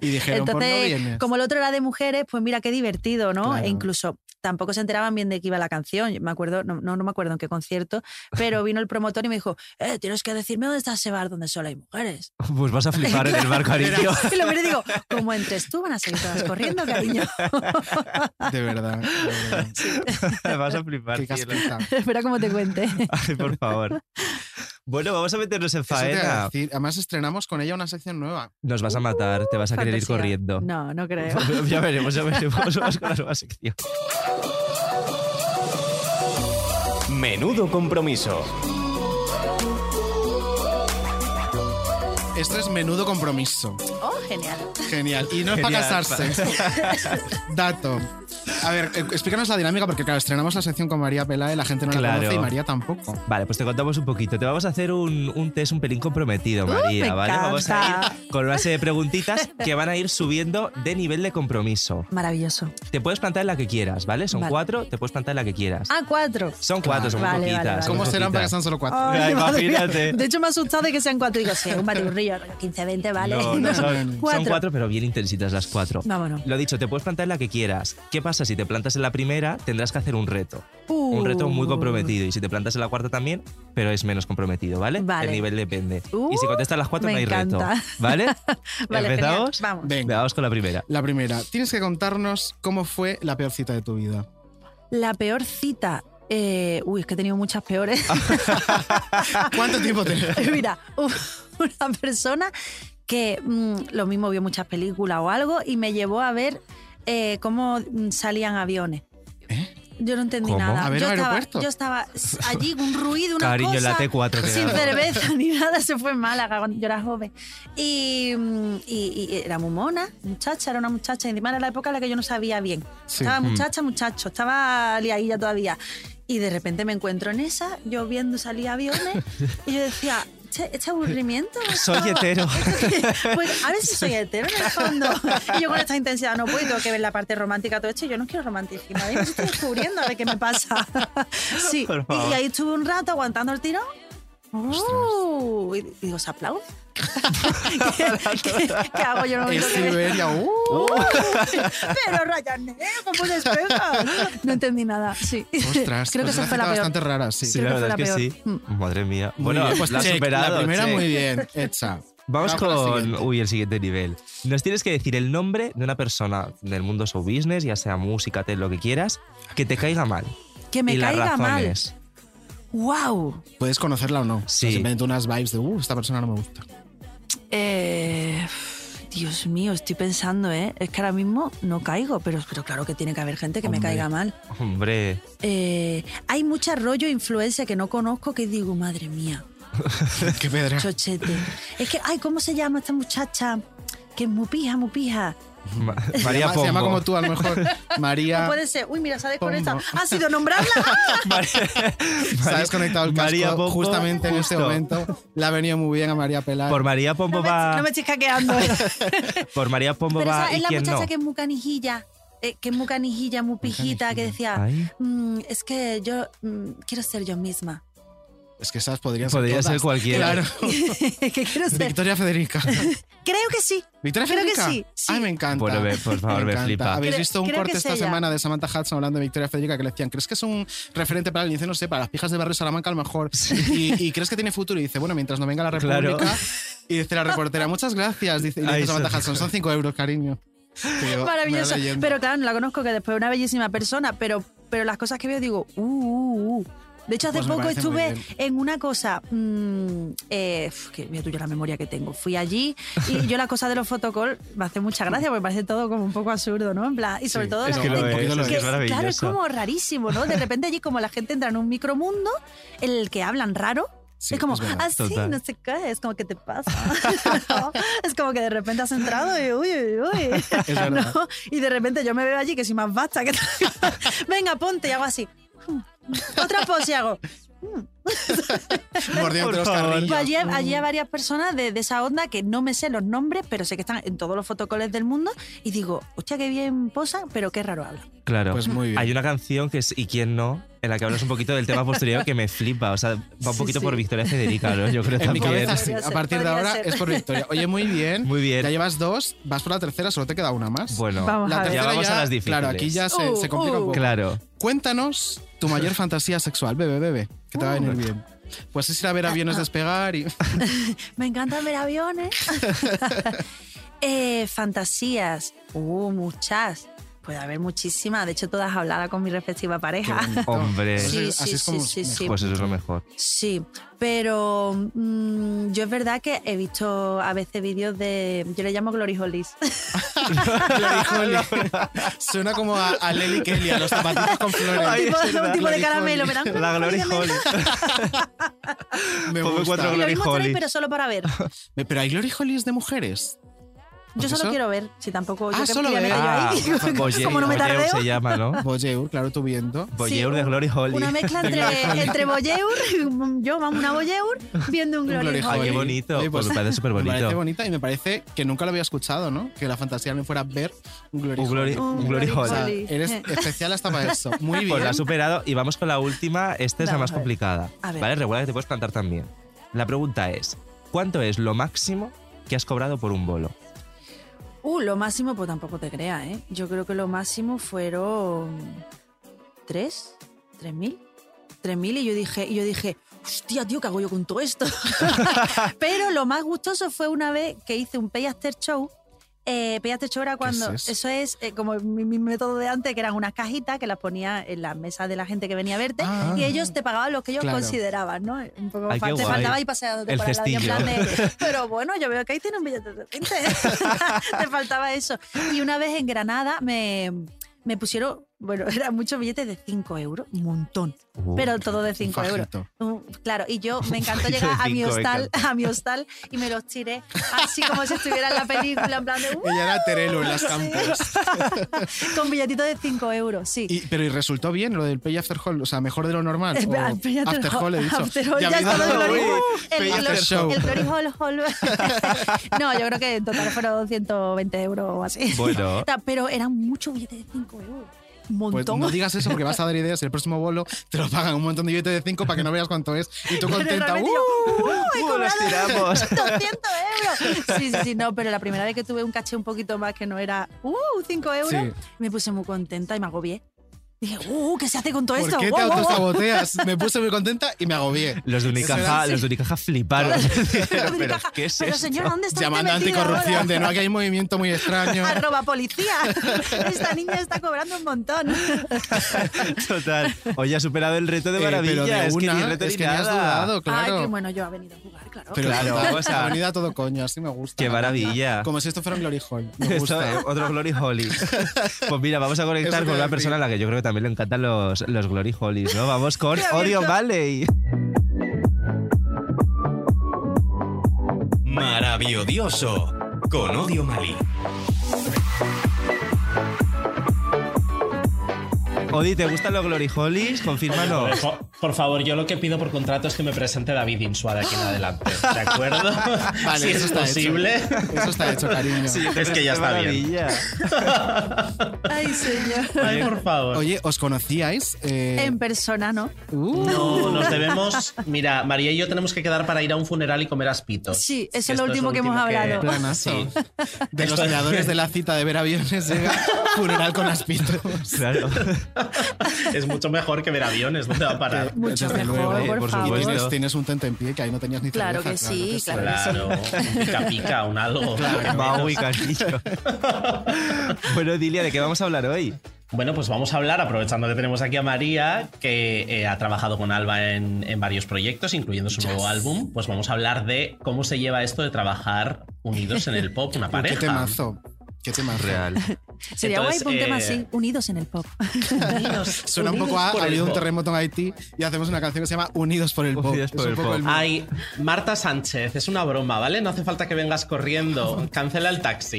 [SPEAKER 2] Y dijeron, "Pues no
[SPEAKER 4] Entonces,
[SPEAKER 2] vienes".
[SPEAKER 4] como el otro era de mujeres, pues mira qué divertido, ¿no?
[SPEAKER 2] Claro.
[SPEAKER 4] E incluso tampoco se enteraban bien de qué iba la canción. Yo Me acuerdo, no, no, no me acuerdo en qué concierto, pero vino el promotor y me dijo, eh, tienes que decirme dónde está ese bar donde solo hay mujeres.
[SPEAKER 3] Pues vas a flipar en el bar, cariño.
[SPEAKER 4] Y lo miro y digo, como entres tú, van a salir todas corriendo, cariño.
[SPEAKER 2] De verdad.
[SPEAKER 3] vas a flipar.
[SPEAKER 2] Qué
[SPEAKER 3] cielo.
[SPEAKER 2] casquita.
[SPEAKER 4] Espera como te cuente.
[SPEAKER 3] Ay, por favor. Bueno, vamos a meternos en
[SPEAKER 2] Eso te iba a
[SPEAKER 3] faena.
[SPEAKER 2] decir. Además, estrenamos con ella una sección nueva.
[SPEAKER 3] Nos vas a matar, te vas a querer ir
[SPEAKER 2] fantasía.
[SPEAKER 3] corriendo.
[SPEAKER 4] No, no creo.
[SPEAKER 3] ya veremos, ya veremos. Vamos con la nueva sección.
[SPEAKER 12] Menudo compromiso.
[SPEAKER 2] Esto es menudo compromiso.
[SPEAKER 4] Oh, genial.
[SPEAKER 2] Genial. Y no es para
[SPEAKER 6] Genial.
[SPEAKER 2] casarse. Dato. A ver, eh, explícanos la dinámica, porque claro, estrenamos la sección con María Pelae, la gente no la
[SPEAKER 3] Claro.
[SPEAKER 2] conoce y María tampoco.
[SPEAKER 3] Vale, pues te contamos un poquito. Te vamos a hacer un, un test un pelín comprometido,
[SPEAKER 4] Uh,
[SPEAKER 3] María,
[SPEAKER 2] me
[SPEAKER 3] ¿vale? Vamos a ir con una serie de preguntitas que van a ir subiendo de nivel de compromiso.
[SPEAKER 4] Maravilloso.
[SPEAKER 3] Te puedes plantar en la que quieras, ¿vale? Son
[SPEAKER 4] Vale.
[SPEAKER 3] cuatro, te puedes plantar en la que quieras.
[SPEAKER 4] Ah, cuatro.
[SPEAKER 3] Son cuatro, son muy
[SPEAKER 4] Vale, vale,
[SPEAKER 3] poquitas.
[SPEAKER 4] vale.
[SPEAKER 3] son muy poquitas.
[SPEAKER 4] Ay,
[SPEAKER 3] Ya,
[SPEAKER 4] madre mía.
[SPEAKER 3] imagínate.
[SPEAKER 4] De hecho, me ha asustado de que sean cuatro. Digo, sí, un batiburrillo, rollo 15, 20, vale.
[SPEAKER 3] No, no, son, son
[SPEAKER 4] cuatro.
[SPEAKER 3] cuatro, pero bien intensitas las cuatro.
[SPEAKER 4] Vámonos.
[SPEAKER 3] Lo dicho, te puedes plantar en la que quieras. ¿Qué pasa? Si te plantas en la primera, tendrás que hacer un reto. Un reto
[SPEAKER 5] Uh.
[SPEAKER 3] muy
[SPEAKER 4] Uh.
[SPEAKER 3] comprometido. Y si te plantas en la cuarta también, pero es menos comprometido, ¿vale?
[SPEAKER 4] Vale.
[SPEAKER 3] El nivel depende.
[SPEAKER 4] Uh,
[SPEAKER 3] y si contestas las cuatro,
[SPEAKER 4] me
[SPEAKER 3] no hay reto.
[SPEAKER 4] encanta.
[SPEAKER 3] ¿Vale?
[SPEAKER 4] Vale,
[SPEAKER 3] ¿Empezamos?
[SPEAKER 4] genial, vamos.
[SPEAKER 3] Oh. Venga, vamos con la primera.
[SPEAKER 2] La primera, tienes que contarnos cómo fue la peor cita de tu vida.
[SPEAKER 4] La peor cita. eh, uy, es que he tenido muchas peores.
[SPEAKER 3] Ah.
[SPEAKER 2] ¿Cuánto tiempo tenés?
[SPEAKER 4] Mira, u- una persona que mm, lo mismo vio muchas películas o algo y me llevó a ver eh, cómo mm, salían aviones. Yo no entendí
[SPEAKER 3] ¿Eh? ¿Cómo?
[SPEAKER 4] nada.
[SPEAKER 3] ¿A ver
[SPEAKER 4] yo,
[SPEAKER 3] un
[SPEAKER 4] estaba,
[SPEAKER 3] aeropuerto?
[SPEAKER 4] yo estaba s- allí, un ruido, una
[SPEAKER 3] Cariño,
[SPEAKER 4] cosa.
[SPEAKER 3] la T4 que
[SPEAKER 4] Sin
[SPEAKER 3] daba.
[SPEAKER 4] cerveza ni nada, se fue en Málaga cuando yo era joven. Y, mm, y- y era muy mona, muchacha, era una muchacha. Y encima era la época en la que yo no sabía bien.
[SPEAKER 5] Sí.
[SPEAKER 4] Estaba
[SPEAKER 5] Mm.
[SPEAKER 4] muchacha, muchacho, estaba liadilla todavía. Y de repente me encuentro en esa, yo viendo salir aviones, y yo decía, este, este aburrimiento.
[SPEAKER 3] Soy hetero.
[SPEAKER 4] Pues a ver si soy hetero en el fondo. Y yo con esta intensidad no puedo, tengo que ver la parte romántica, todo esto. y Yo no quiero romanticismo, ahí me estoy descubriendo a ver qué me pasa. Sí,
[SPEAKER 5] Por
[SPEAKER 4] y,
[SPEAKER 5] favor.
[SPEAKER 4] ahí estuve un rato aguantando el tirón. ¡Uh! Y digo, ¿se aplaude? ¿Qué, qué- qué hago yo? No
[SPEAKER 2] En
[SPEAKER 4] veo que-
[SPEAKER 2] Siberia, ¡uh!
[SPEAKER 4] Pero rayas ¿cómo despegas? No entendí nada, sí.
[SPEAKER 2] Ostras,
[SPEAKER 4] Creo que
[SPEAKER 2] pues
[SPEAKER 4] esa
[SPEAKER 2] una
[SPEAKER 4] fue la
[SPEAKER 2] cita
[SPEAKER 4] peor.
[SPEAKER 2] bastante rara, sí.
[SPEAKER 3] Sí, la verdad es que sí. Madre mía. bueno,
[SPEAKER 2] bien, pues
[SPEAKER 3] la has
[SPEAKER 2] check,
[SPEAKER 3] superado.
[SPEAKER 2] La primera
[SPEAKER 3] check.
[SPEAKER 2] muy bien, hecha.
[SPEAKER 3] Vamos
[SPEAKER 2] Vamos con la
[SPEAKER 3] con
[SPEAKER 2] siguiente.
[SPEAKER 3] uy, el siguiente nivel. Nos tienes que decir el nombre de una persona del mundo show business, ya sea música, te lo que quieras, que te caiga mal.
[SPEAKER 5] Que me
[SPEAKER 3] y las
[SPEAKER 5] caiga mal.
[SPEAKER 3] razones.
[SPEAKER 5] ¡Wow!
[SPEAKER 2] Puedes conocerla o no. Sí. Simplemente unas vibes de, uh, esta persona no me gusta.
[SPEAKER 5] Eh, Dios mío, estoy pensando, ¿eh? Es que ahora mismo no caigo, pero, pero claro que tiene que haber gente que me
[SPEAKER 3] Hombre.
[SPEAKER 5] caiga mal.
[SPEAKER 3] Hombre,
[SPEAKER 5] Eh, hay mucha rollo e influencia que no conozco que digo, madre mía,
[SPEAKER 2] Qué pedra.
[SPEAKER 5] chochete. es que, ay, ¿cómo se llama esta muchacha? Que es muy pija, muy pija.
[SPEAKER 3] Ma-
[SPEAKER 2] Se
[SPEAKER 3] María
[SPEAKER 2] llama- se llama
[SPEAKER 3] Pombo.
[SPEAKER 2] como tú, a lo mejor. María.
[SPEAKER 3] Ah.
[SPEAKER 5] No puede ser. Uy, mira, ¿sabes con esta?
[SPEAKER 2] Pombo.
[SPEAKER 5] ¿Ha sido nombrarla?
[SPEAKER 2] Se ha desconectado el casco
[SPEAKER 3] María Pombo,
[SPEAKER 2] justamente en este
[SPEAKER 3] justo.
[SPEAKER 2] momento. Le ha venido muy bien a María Pelar.
[SPEAKER 3] por María Pombo va.
[SPEAKER 5] no me estoy hackeando.
[SPEAKER 3] Por María Pombo
[SPEAKER 5] Pero
[SPEAKER 3] va.
[SPEAKER 5] esa es
[SPEAKER 3] ¿Y
[SPEAKER 5] la
[SPEAKER 3] quién
[SPEAKER 5] muchacha
[SPEAKER 3] no?
[SPEAKER 5] que es muy canijilla. eh, que es muy canijilla, muy pijita, que decía,
[SPEAKER 3] Ay.
[SPEAKER 5] "Mm, es que yo mm, quiero ser yo misma.
[SPEAKER 2] Es que esas podrían
[SPEAKER 3] Podría
[SPEAKER 2] ser.
[SPEAKER 3] ser
[SPEAKER 2] todas.
[SPEAKER 3] cualquiera.
[SPEAKER 2] Claro.
[SPEAKER 5] que quiero ser.
[SPEAKER 2] Victoria Federica.
[SPEAKER 5] Creo que sí.
[SPEAKER 2] Victoria
[SPEAKER 5] Creo que
[SPEAKER 2] Federica.
[SPEAKER 5] sí, sí.
[SPEAKER 2] Ay, me encanta.
[SPEAKER 3] Bueno, ve, por favor, me
[SPEAKER 2] encanta.
[SPEAKER 3] flipa.
[SPEAKER 2] Habéis
[SPEAKER 5] Creo-
[SPEAKER 2] visto un
[SPEAKER 5] creo
[SPEAKER 2] corte
[SPEAKER 5] que es
[SPEAKER 2] esta
[SPEAKER 5] ella.
[SPEAKER 2] semana de Samantha Hudson hablando de Victoria Federica que le decían, ¿crees que es un referente para él? Y dice, no sé, para las pijas de barrio Salamanca a lo mejor. Y, y crees que tiene futuro. Y dice, bueno, mientras no venga la República.
[SPEAKER 3] Claro.
[SPEAKER 2] Y dice la reportera, muchas gracias. Dice, y le
[SPEAKER 3] Ay,
[SPEAKER 2] dice Samantha
[SPEAKER 3] son-
[SPEAKER 2] Hudson, son 5 euros, cariño. Y digo,
[SPEAKER 5] Maravilloso.
[SPEAKER 2] "Una leyenda".
[SPEAKER 5] Pero claro, no la conozco, que después es una bellísima persona, pero, pero las cosas que veo digo, uh, uh, uh. De hecho, hace
[SPEAKER 2] Pues me
[SPEAKER 5] poco
[SPEAKER 2] parece muy
[SPEAKER 5] estuve
[SPEAKER 2] bien.
[SPEAKER 5] en una cosa, mm, eh, uf, que mira tú yo la memoria que tengo. Fui allí y yo la cosa de los fotocall me hace mucha gracia porque me parece todo como un poco absurdo, ¿no? En plan, y sobre
[SPEAKER 2] Sí,
[SPEAKER 5] todo
[SPEAKER 2] es
[SPEAKER 5] la
[SPEAKER 2] que lo
[SPEAKER 5] gente
[SPEAKER 2] es, es que es
[SPEAKER 5] claro, es
[SPEAKER 3] maravilloso.
[SPEAKER 5] como rarísimo, ¿no? De repente allí como la gente entra en un micromundo en el que hablan raro.
[SPEAKER 2] Sí,
[SPEAKER 5] es como,
[SPEAKER 2] es verdad,
[SPEAKER 5] así,
[SPEAKER 3] total.
[SPEAKER 5] no sé qué, es como que te pasa. ¿no? Es como que de repente has entrado y uy, uy, uy.
[SPEAKER 2] Es verdad.
[SPEAKER 5] ¿no? Y de repente yo me veo allí que soy más basta que venga, ponte y hago así. Hmm. Otra pose y hago. hmm.
[SPEAKER 2] Mordiendo
[SPEAKER 3] Por
[SPEAKER 2] los
[SPEAKER 3] favor.
[SPEAKER 2] carrillos.
[SPEAKER 5] Pues allí, allí hay varias personas de, de esa onda que no me sé los nombres, pero sé que están en todos los fotocoles del mundo y digo, hostia, qué bien posan, pero qué raro hablan.
[SPEAKER 3] Claro.
[SPEAKER 2] Pues muy bien.
[SPEAKER 3] Hay una canción que es ¿Y quién no? En la que hablas un poquito del tema posterior que me flipa. O sea, va un
[SPEAKER 5] Sí,
[SPEAKER 3] poquito
[SPEAKER 5] sí.
[SPEAKER 3] por Victoria Federica, ¿no? Yo creo
[SPEAKER 2] En mi
[SPEAKER 3] también.
[SPEAKER 2] cabeza sí.
[SPEAKER 5] Podría
[SPEAKER 2] A
[SPEAKER 5] ser,
[SPEAKER 2] partir de
[SPEAKER 5] podría
[SPEAKER 2] ahora
[SPEAKER 5] ser.
[SPEAKER 2] es por Victoria. Oye, muy bien.
[SPEAKER 3] Muy bien.
[SPEAKER 2] Ya llevas dos, vas por la tercera, solo te queda una más.
[SPEAKER 3] Bueno,
[SPEAKER 5] Vamos a
[SPEAKER 2] la
[SPEAKER 5] ver.
[SPEAKER 2] tercera
[SPEAKER 3] Ya vamos a las difíciles.
[SPEAKER 2] Claro, aquí ya se,
[SPEAKER 5] Uh,
[SPEAKER 2] se complica un
[SPEAKER 5] uh.
[SPEAKER 2] poco.
[SPEAKER 3] claro.
[SPEAKER 2] Cuéntanos tu mayor fantasía sexual, bebé, bebé, que te va a
[SPEAKER 3] Uh.
[SPEAKER 2] venir bien. Pues es ir a ver aviones
[SPEAKER 5] Ah.
[SPEAKER 2] despegar y...
[SPEAKER 5] Me encantan ver aviones. Eh, fantasías. Uh, muchas. Puede haber muchísimas. De hecho, todas habladas con mi respectiva pareja.
[SPEAKER 3] Hombre.
[SPEAKER 5] Sí,
[SPEAKER 2] Así
[SPEAKER 5] sí,
[SPEAKER 2] es como
[SPEAKER 5] sí, sí,
[SPEAKER 2] mejor.
[SPEAKER 5] sí.
[SPEAKER 3] Pues eso es lo mejor.
[SPEAKER 5] Sí, pero mm, yo es verdad que he visto a veces vídeos de. Yo le llamo Glory Holies.
[SPEAKER 2] Glory Holly. Suena como a, a Lely Kelly, a los zapatitos con flores.
[SPEAKER 3] Ay,
[SPEAKER 5] tipo,
[SPEAKER 3] es verdad.
[SPEAKER 5] un tipo de
[SPEAKER 2] Glory
[SPEAKER 5] caramelo,
[SPEAKER 2] Holly.
[SPEAKER 5] ¿verdad?
[SPEAKER 3] La Glory Hall.
[SPEAKER 2] Me
[SPEAKER 3] Ponme
[SPEAKER 2] gusta. Eh,
[SPEAKER 3] cuatro
[SPEAKER 5] Y lo mismo
[SPEAKER 3] Glory
[SPEAKER 5] trae,
[SPEAKER 3] Hollies.
[SPEAKER 5] pero solo para ver.
[SPEAKER 2] Pero hay Glory Hollies de mujeres.
[SPEAKER 5] Yo
[SPEAKER 2] Porque
[SPEAKER 5] solo
[SPEAKER 2] eso-
[SPEAKER 5] quiero ver. Si tampoco.
[SPEAKER 2] Ah,
[SPEAKER 5] yo que
[SPEAKER 2] solo
[SPEAKER 5] me voy a
[SPEAKER 2] ver.
[SPEAKER 5] meter yo
[SPEAKER 3] Ah,
[SPEAKER 5] ahí.
[SPEAKER 3] Voyeur,
[SPEAKER 5] Como no me
[SPEAKER 3] Voyeur
[SPEAKER 5] tardeo.
[SPEAKER 3] se llama, ¿no?
[SPEAKER 2] Voyeur, claro, tú viendo.
[SPEAKER 3] Voyeur
[SPEAKER 5] Sí,
[SPEAKER 3] de Glory Holly.
[SPEAKER 5] Una mezcla entre, eh, entre Voyeur, yo vamos una Voyeur, viendo un Glory,
[SPEAKER 2] Glory
[SPEAKER 5] Hole.
[SPEAKER 3] Ay, qué
[SPEAKER 2] Holly.
[SPEAKER 3] bonito.
[SPEAKER 2] Oye,
[SPEAKER 3] Pues me parece superbonito.
[SPEAKER 2] Me parece bonita y me parece que nunca lo había escuchado, ¿no? Que la fantasía no fuera ver un Glory
[SPEAKER 3] Un Glory-
[SPEAKER 2] Holly.
[SPEAKER 3] un Glory
[SPEAKER 2] O sea,
[SPEAKER 5] Holly.
[SPEAKER 2] eres especial hasta para eso. Muy bien.
[SPEAKER 3] Pues la has superado y vamos con la última. Esta es la
[SPEAKER 5] Vamos
[SPEAKER 3] más
[SPEAKER 5] a ver.
[SPEAKER 3] complicada.
[SPEAKER 5] A ver.
[SPEAKER 3] ¿Vale? Recuerda que te puedes plantar también. La pregunta es, ¿cuánto es lo máximo que has cobrado por un bolo?
[SPEAKER 5] Uh, lo máximo, pues tampoco te creas, ¿eh? Yo creo que lo máximo fueron. ¿Tres? ¿Tres mil? ¿Tres mil? Y yo dije, y yo dije, hostia, tío, ¿qué hago yo con todo esto? Pero lo más gustoso fue una vez que hice un pay after show. Eh, pay after show era cuando.
[SPEAKER 2] es eso?
[SPEAKER 5] eso es eh, como mi, mi método de antes, que eran unas cajitas que las ponía en las mesas de la gente que venía a verte
[SPEAKER 2] Ah.
[SPEAKER 5] y ellos te pagaban lo que ellos
[SPEAKER 2] Claro.
[SPEAKER 5] consideraban, ¿no? Un poco
[SPEAKER 3] Ay, qué
[SPEAKER 5] fa- te
[SPEAKER 3] guay.
[SPEAKER 5] Oh, faltaba y paseándote
[SPEAKER 3] El
[SPEAKER 5] por al lado y en plan
[SPEAKER 3] cestillo.
[SPEAKER 5] de, pero bueno, yo veo que ahí tiene un billete de 20. Te faltaba eso. Y una vez en Granada me, me pusieron, bueno, eran muchos billetes de 5 euros, un montón,
[SPEAKER 3] Uh,
[SPEAKER 5] pero todo de 5 euros.
[SPEAKER 2] fajito.
[SPEAKER 5] Un- Claro, y yo me encantó
[SPEAKER 3] billete
[SPEAKER 5] llegar
[SPEAKER 3] de
[SPEAKER 5] a mi,
[SPEAKER 3] cinco, me
[SPEAKER 5] hostal,
[SPEAKER 3] encanta.
[SPEAKER 5] a mi hostal y me los tiré así como si estuviera en la película, en plan de, "Uh",
[SPEAKER 2] Ella era Terelo en las
[SPEAKER 5] Sí.
[SPEAKER 2] campos.
[SPEAKER 5] con billetitos de 5 euros, sí.
[SPEAKER 2] Y- pero y resultó bien lo del Pay After Hall, o sea, mejor de lo normal.
[SPEAKER 5] Eh,
[SPEAKER 2] o
[SPEAKER 5] ah, Peña
[SPEAKER 2] after
[SPEAKER 5] Terjo-
[SPEAKER 2] Hall, he dicho.
[SPEAKER 5] After Hall, ya
[SPEAKER 2] habéis
[SPEAKER 5] está lo del
[SPEAKER 2] dado-
[SPEAKER 5] Glory Hall.
[SPEAKER 2] Uy,
[SPEAKER 5] El
[SPEAKER 2] After
[SPEAKER 5] Glory-
[SPEAKER 2] Show.
[SPEAKER 5] el Glory Hall, Hall. No, yo creo que en total fueron 220 euros o así.
[SPEAKER 3] Bueno.
[SPEAKER 5] Ta- Pero eran muchos billetes de 5 euros. Un
[SPEAKER 2] Pues
[SPEAKER 5] montón.
[SPEAKER 2] no digas eso porque vas a dar ideas. El próximo bolo te lo pagan un montón de billetes de 5 para que no veas cuánto es. Y tú
[SPEAKER 5] Pero
[SPEAKER 2] contenta.
[SPEAKER 5] realmente
[SPEAKER 2] ¡uh!
[SPEAKER 5] yo, ¡uh! he
[SPEAKER 3] ¡Uh,
[SPEAKER 5] cobrado
[SPEAKER 3] las tiramos!
[SPEAKER 5] 200 euros. Sí, sí, sí, no, pero la primera vez que tuve un caché un poquito más que no era, ¡uh! 5 euros,
[SPEAKER 2] Sí.
[SPEAKER 5] me puse muy contenta y me agobié.
[SPEAKER 4] Dije, uh, ¿qué se hace con todo
[SPEAKER 2] ¿Por
[SPEAKER 4] esto?
[SPEAKER 2] qué te
[SPEAKER 4] Wow, wow, wow".
[SPEAKER 2] autosaboteas? Me puse muy contenta y me agobié.
[SPEAKER 5] Los de Unicaja,
[SPEAKER 2] Sí.
[SPEAKER 5] los de Unicaja fliparon.
[SPEAKER 4] Pero,
[SPEAKER 5] Pero, ¿qué es
[SPEAKER 4] pero,
[SPEAKER 5] esto?
[SPEAKER 4] señora, ¿dónde está
[SPEAKER 2] Llamando a
[SPEAKER 4] usted metida
[SPEAKER 2] anticorrupción
[SPEAKER 4] ahora?
[SPEAKER 2] de no, aquí hay un movimiento muy extraño. Eh,
[SPEAKER 4] Arroba policía. Esta niña está cobrando un montón.
[SPEAKER 5] Total. Hoy ha superado el reto de
[SPEAKER 2] Eh, pero
[SPEAKER 5] maravilla.
[SPEAKER 2] de
[SPEAKER 5] es que ni
[SPEAKER 2] una,
[SPEAKER 5] reto
[SPEAKER 2] es
[SPEAKER 5] ni
[SPEAKER 2] que me has
[SPEAKER 5] nada.
[SPEAKER 2] dudado, claro.
[SPEAKER 4] Ay, qué bueno, yo ha venido a jugar, claro.
[SPEAKER 2] Pero
[SPEAKER 5] Claro,
[SPEAKER 2] claro,
[SPEAKER 5] vamos a-
[SPEAKER 2] avenida todo coño, así me gusta.
[SPEAKER 5] Qué
[SPEAKER 2] la verdad.
[SPEAKER 5] maravilla.
[SPEAKER 2] Como si esto fuera un glory hall. Me
[SPEAKER 5] Esto,
[SPEAKER 2] gusta.
[SPEAKER 5] eh, otro Glory Holly. Pues mira, vamos a
[SPEAKER 2] Eso
[SPEAKER 5] conectar
[SPEAKER 2] te
[SPEAKER 5] con
[SPEAKER 2] iba a
[SPEAKER 5] una persona a la que yo creo que también le encantan los, los Glory Hollies, ¿no? Vamos con
[SPEAKER 4] Qué abierto.
[SPEAKER 5] Odio Valley.
[SPEAKER 12] Maravilloso con Odio Mali.
[SPEAKER 5] Odi, ¿te gustan los Glory Hollies? Confírmanos.
[SPEAKER 1] Por, por favor, yo lo que pido por contrato es que me presente David Insua de aquí en adelante. ¿De acuerdo?
[SPEAKER 2] Vale,
[SPEAKER 1] si
[SPEAKER 2] eso
[SPEAKER 1] es
[SPEAKER 2] está
[SPEAKER 1] posible.
[SPEAKER 2] hecho. Eso está hecho, cariño.
[SPEAKER 1] es que ya está bien.
[SPEAKER 4] Ay, señor.
[SPEAKER 1] Ay, por favor.
[SPEAKER 2] Oye, ¿os conocíais? Eh, uh,
[SPEAKER 4] En persona, ¿no?
[SPEAKER 1] No, nos debemos. Mira, María y yo tenemos que quedar para ir a un funeral y comer aspitos.
[SPEAKER 4] Sí, eso es
[SPEAKER 1] Esto
[SPEAKER 4] lo último que hemos hablado.
[SPEAKER 2] Planazo.
[SPEAKER 1] Sí.
[SPEAKER 2] de los
[SPEAKER 1] Esto-
[SPEAKER 2] creadores de la cita de ver aviones llega funeral con aspitos.
[SPEAKER 5] Claro.
[SPEAKER 1] Es mucho mejor que ver aviones, ¿dónde va a parar?
[SPEAKER 4] Mucho
[SPEAKER 2] Desde
[SPEAKER 4] mejor,
[SPEAKER 2] luego.
[SPEAKER 4] por
[SPEAKER 2] Y
[SPEAKER 4] favor.
[SPEAKER 2] Tienes, tienes un tento en pie que ahí no tenías ni
[SPEAKER 4] Claro
[SPEAKER 2] cerveza,
[SPEAKER 4] que sí, claro que sí.
[SPEAKER 1] Claro, un pica pica, un algo.
[SPEAKER 2] Claro.
[SPEAKER 5] Maui Castillo. bueno, Dilia, ¿de qué vamos a hablar hoy?
[SPEAKER 1] Bueno, pues vamos a hablar, aprovechando que tenemos aquí a María, que eh, ha trabajado con Alba en, en varios proyectos, incluyendo su nuevo álbum, pues vamos a hablar de cómo se lleva esto de trabajar unidos en el pop, una
[SPEAKER 2] Uy,
[SPEAKER 1] pareja.
[SPEAKER 2] Qué temazo. Qué temazo.
[SPEAKER 5] Real.
[SPEAKER 4] Sería
[SPEAKER 1] Entonces,
[SPEAKER 4] guay un tema
[SPEAKER 1] eh,
[SPEAKER 4] así, unidos en el pop.
[SPEAKER 1] Unidos-
[SPEAKER 2] Suena un
[SPEAKER 1] unidos
[SPEAKER 2] poco a
[SPEAKER 1] por
[SPEAKER 2] ha
[SPEAKER 1] el
[SPEAKER 2] habido un
[SPEAKER 1] pop.
[SPEAKER 2] terremoto en Haití y hacemos una canción que se llama Unidos por el Pop.
[SPEAKER 5] Unidos
[SPEAKER 2] Es
[SPEAKER 5] por
[SPEAKER 2] un
[SPEAKER 5] el
[SPEAKER 2] poco
[SPEAKER 5] Pop.
[SPEAKER 2] el-
[SPEAKER 1] Ay, Marta Sánchez, es una broma, ¿vale? No hace falta que vengas corriendo. Cancela el taxi.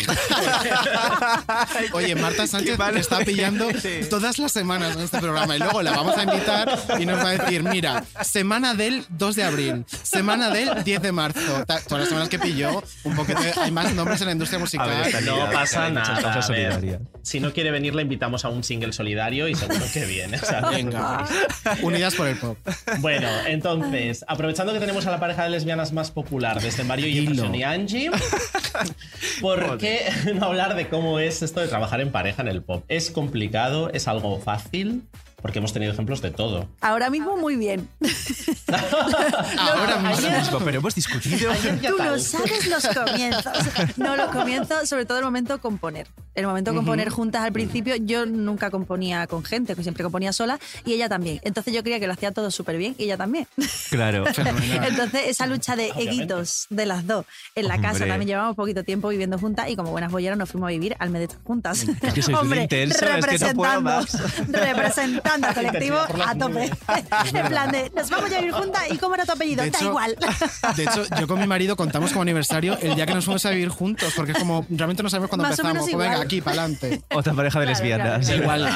[SPEAKER 2] Oye, Marta Sánchez
[SPEAKER 5] malo
[SPEAKER 2] que está
[SPEAKER 5] eres.
[SPEAKER 2] pillando todas las semanas en este programa y luego la vamos a invitar y nos va a decir, mira, semana del 2 de abril, semana del 10 de marzo. Ta- Todas las semanas que pilló, un poquito hay más nombres en la industria musical.
[SPEAKER 5] A ver, está
[SPEAKER 1] No
[SPEAKER 5] Solidaridad,
[SPEAKER 1] pasa
[SPEAKER 5] hay muchas
[SPEAKER 1] nada.
[SPEAKER 5] cosas
[SPEAKER 1] a ver.
[SPEAKER 5] solidarias.
[SPEAKER 1] Si no quiere venir, la invitamos a un single solidario y seguro que viene. o sea, no os
[SPEAKER 2] Venga, unidas por el pop.
[SPEAKER 1] Bueno, entonces, aprovechando que tenemos a la pareja de lesbianas más popular desde Mario Jefferson y Angie, ¿por qué no hablar de cómo es esto de trabajar en pareja en el pop? ¿Es complicado? ¿Es algo fácil? Porque hemos tenido ejemplos de todo.
[SPEAKER 4] Ahora mismo muy bien.
[SPEAKER 2] Ahora
[SPEAKER 4] ayer-
[SPEAKER 2] mismo.
[SPEAKER 5] Mismo, pero hemos discutido.
[SPEAKER 4] Tú no sabes los comienzos. No, los comienzos, sobre todo el momento de componer. El momento de componer juntas al principio, yo nunca componía con gente, que siempre componía sola y ella también. Entonces yo creía que lo hacía todo súper bien y ella también.
[SPEAKER 5] Claro.
[SPEAKER 4] Entonces esa lucha de
[SPEAKER 1] Obviamente.
[SPEAKER 4] eguitos de las dos en la casa
[SPEAKER 5] Hombre.
[SPEAKER 4] también llevamos poquito tiempo viviendo juntas y como buenas bolleras nos fuimos a vivir al mes de estar juntas.
[SPEAKER 5] Es que sois un intenso, es que no puedo
[SPEAKER 4] representando,
[SPEAKER 5] más.
[SPEAKER 4] representando al colectivo
[SPEAKER 1] Intensidad por las
[SPEAKER 4] a tope. en plan de, nos vamos a vivir juntas y cómo era tu apellido,
[SPEAKER 2] De
[SPEAKER 4] da
[SPEAKER 2] hecho-
[SPEAKER 4] igual.
[SPEAKER 2] De hecho, yo con mi marido contamos como aniversario el día que nos fuimos a vivir juntos, porque es como, realmente no sabemos cuándo
[SPEAKER 4] Más o menos
[SPEAKER 2] empezamos. Pues venga,
[SPEAKER 4] igual.
[SPEAKER 2] aquí, para adelante.
[SPEAKER 5] Otra pareja de
[SPEAKER 4] Claro,
[SPEAKER 5] lesbianas.
[SPEAKER 4] claro,
[SPEAKER 1] Igual,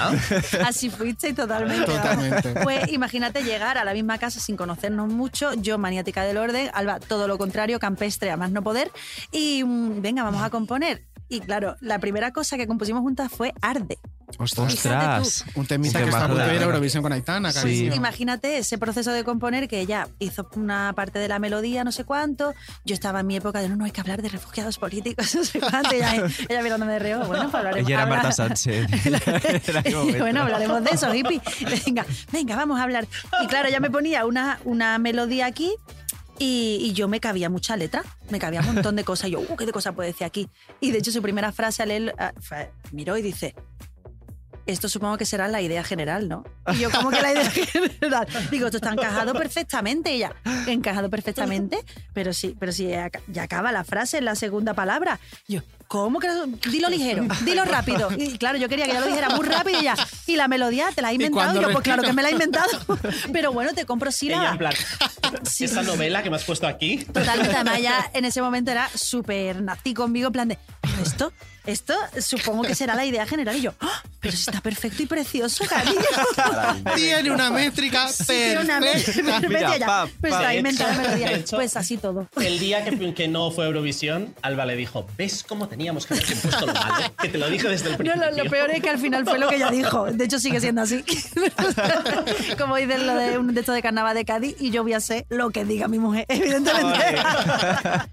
[SPEAKER 4] Así fuiste y totalmente. vamos.
[SPEAKER 2] Totalmente.
[SPEAKER 4] Pues imagínate llegar a la misma casa sin conocernos mucho, yo maniática del orden, Alba todo lo contrario, campestre a más no poder, y mm, venga, vamos a componer. Y claro, la primera cosa que compusimos juntas fue Arde.
[SPEAKER 2] Ostras.
[SPEAKER 5] Ostras.
[SPEAKER 2] Un temita
[SPEAKER 5] Qué
[SPEAKER 2] que está a punto de
[SPEAKER 5] majo.
[SPEAKER 2] ir a Eurovisión con Aitana,
[SPEAKER 5] Sí.
[SPEAKER 2] cariño.
[SPEAKER 4] Imagínate ese proceso de componer que ella hizo una parte de la melodía, no sé cuánto. Yo estaba en mi época de no, no hay que hablar de refugiados políticos, no sé cuánto. y Ella, ella mirándome de reo, bueno, pues hablaremos.
[SPEAKER 5] Ella era
[SPEAKER 4] habla-
[SPEAKER 5] Marta Sánchez. Era el momento.
[SPEAKER 4] bueno, hablaremos de eso, hippie. Venga, venga, vamos a hablar. Y claro, ya me ponía una, una melodía aquí y, y yo me cabía mucha letra, me cabía un montón de cosas. Y yo, uh, ¿qué de cosa puedo decir aquí? Y de hecho, su primera frase al él ah, fue- miró y dice. Esto supongo que será la idea general, ¿no? Y yo, como que la idea general? Digo, esto está encajado perfectamente. Y ella, encajado perfectamente, pero sí, pero sí, ya ac- ya acaba la frase en la segunda palabra. Yo, ¿cómo que no? Dilo ligero, dilo rápido. Y claro, yo quería que ella lo dijera muy rápido y ya. Y la melodía, ¿te la has inventado?
[SPEAKER 2] cuando
[SPEAKER 4] Y yo, pues claro que
[SPEAKER 2] respiro.
[SPEAKER 4] me la he inventado. Pero bueno, te compro
[SPEAKER 1] Ella en
[SPEAKER 4] sílaba.
[SPEAKER 1] plan,
[SPEAKER 4] Sí.
[SPEAKER 1] esa novela que me has puesto aquí.
[SPEAKER 4] Totalmente, además ya en ese momento era súper nazi conmigo, en plan de, "Pero esto, esto supongo que será la idea general. Y yo, "Ah, pero si está perfecto y precioso, cariño.
[SPEAKER 2] Tiene una métrica
[SPEAKER 4] Tiene una
[SPEAKER 2] perfecta.
[SPEAKER 4] melodía
[SPEAKER 5] Mira,
[SPEAKER 4] ya.
[SPEAKER 5] pa,
[SPEAKER 4] Pues
[SPEAKER 5] pa.
[SPEAKER 4] la he
[SPEAKER 1] De
[SPEAKER 4] inventado la
[SPEAKER 1] hecho, de
[SPEAKER 4] melodía.
[SPEAKER 1] hecho,
[SPEAKER 4] Pues así todo.
[SPEAKER 1] El día que, que no fue Eurovisión, Alba le dijo, ¿ves cómo teníamos que haber compuesto lo malo? Que te lo dije desde el
[SPEAKER 4] No,
[SPEAKER 1] principio.
[SPEAKER 4] lo, lo peor es que al final fue lo que ella dijo. De hecho, sigue siendo así. Como dicen lo de un de esto de carnaval de Cádiz, y yo voy a hacer lo que
[SPEAKER 3] Ah,
[SPEAKER 4] diga mi mujer, evidentemente.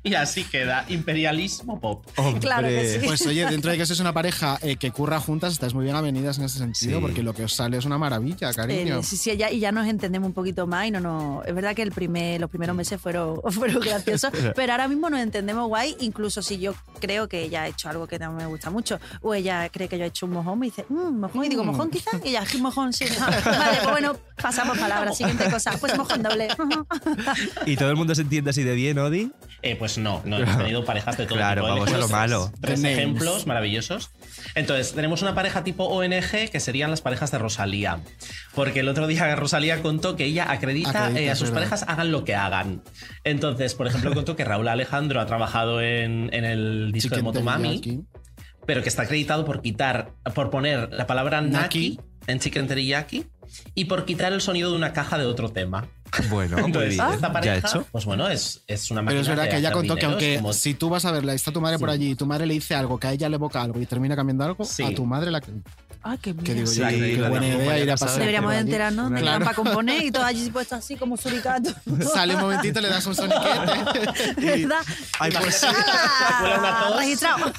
[SPEAKER 1] Y así queda, imperialismo pop.
[SPEAKER 4] Oh,
[SPEAKER 5] Hombre.
[SPEAKER 4] Claro, que sí.
[SPEAKER 2] Pues oye, dentro de que sois una pareja eh, que curra juntas, estáis muy bien avenidas en ese sentido, porque lo que os sale es una maravilla, cariño.
[SPEAKER 4] Eh, sí, sí, ya, y ya nos entendemos un poquito más y no, no Es verdad que el primer, los primeros meses fueron, fueron graciosos, pero ahora mismo nos entendemos guay, incluso si yo creo que ella ha hecho algo que no me gusta mucho, o ella cree que yo he hecho un mojón, me dice, mmm, mojón, y digo, mojón quizás, y ella, mojón, sí. no". Vale, pues bueno, pasamos palabras, siguiente cosa, pues mojón doble.
[SPEAKER 5] ¿Y todo el mundo se entiende así de bien, Odi?
[SPEAKER 1] Eh, pues no, no hemos tenido parejas de todo
[SPEAKER 5] Claro,
[SPEAKER 1] tipo.
[SPEAKER 5] vamos
[SPEAKER 1] Elegimos
[SPEAKER 5] a lo malo.
[SPEAKER 1] Tres,
[SPEAKER 5] The
[SPEAKER 1] tres ejemplos maravillosos. Entonces, tenemos una pareja tipo ONG que serían las parejas de Rosalía. Porque el otro día Rosalía contó que ella acredita,
[SPEAKER 5] Acredita,
[SPEAKER 1] eh, a
[SPEAKER 5] es
[SPEAKER 1] sus
[SPEAKER 5] verdad.
[SPEAKER 1] parejas hagan lo que hagan. Entonces, por ejemplo, contó que Raúl Alejandro ha trabajado en, en el disco de Motomami pero que está acreditado por quitar, por poner la palabra Naki, en Chicken Teriyaki y por quitar el sonido de una caja de otro tema.
[SPEAKER 5] Bueno, muy
[SPEAKER 1] Entonces,
[SPEAKER 5] bien.
[SPEAKER 1] pues,
[SPEAKER 4] ¿Ah?
[SPEAKER 1] esta
[SPEAKER 5] Ya
[SPEAKER 1] pareja,
[SPEAKER 5] hecho.
[SPEAKER 1] pues bueno, es, es una
[SPEAKER 2] Pero
[SPEAKER 1] máquina
[SPEAKER 2] es verdad
[SPEAKER 1] de
[SPEAKER 2] que ella
[SPEAKER 1] hacer
[SPEAKER 2] contó que
[SPEAKER 1] dinero,
[SPEAKER 2] aunque
[SPEAKER 1] es como-
[SPEAKER 2] si tú vas a verla, está tu madre por
[SPEAKER 1] Sí.
[SPEAKER 2] allí y tu madre le dice algo que a ella le evoca algo y termina cambiando algo, a tu madre la
[SPEAKER 4] Ah, qué
[SPEAKER 2] Que digo yo,
[SPEAKER 5] Sí,
[SPEAKER 2] qué
[SPEAKER 5] la
[SPEAKER 2] buena
[SPEAKER 5] de
[SPEAKER 2] idea ir a
[SPEAKER 5] Juan
[SPEAKER 2] pasar.
[SPEAKER 4] Deberíamos
[SPEAKER 2] por
[SPEAKER 4] de
[SPEAKER 2] allí.
[SPEAKER 4] enterarnos, ¿no?
[SPEAKER 2] Claro.
[SPEAKER 4] para componer y todo allí puesto así como suricato.
[SPEAKER 2] Sale un momentito, le das un soniquete.
[SPEAKER 4] ¿Verdad?
[SPEAKER 5] Ay, pues,
[SPEAKER 2] Ah,
[SPEAKER 4] ¡Hala! Registrado.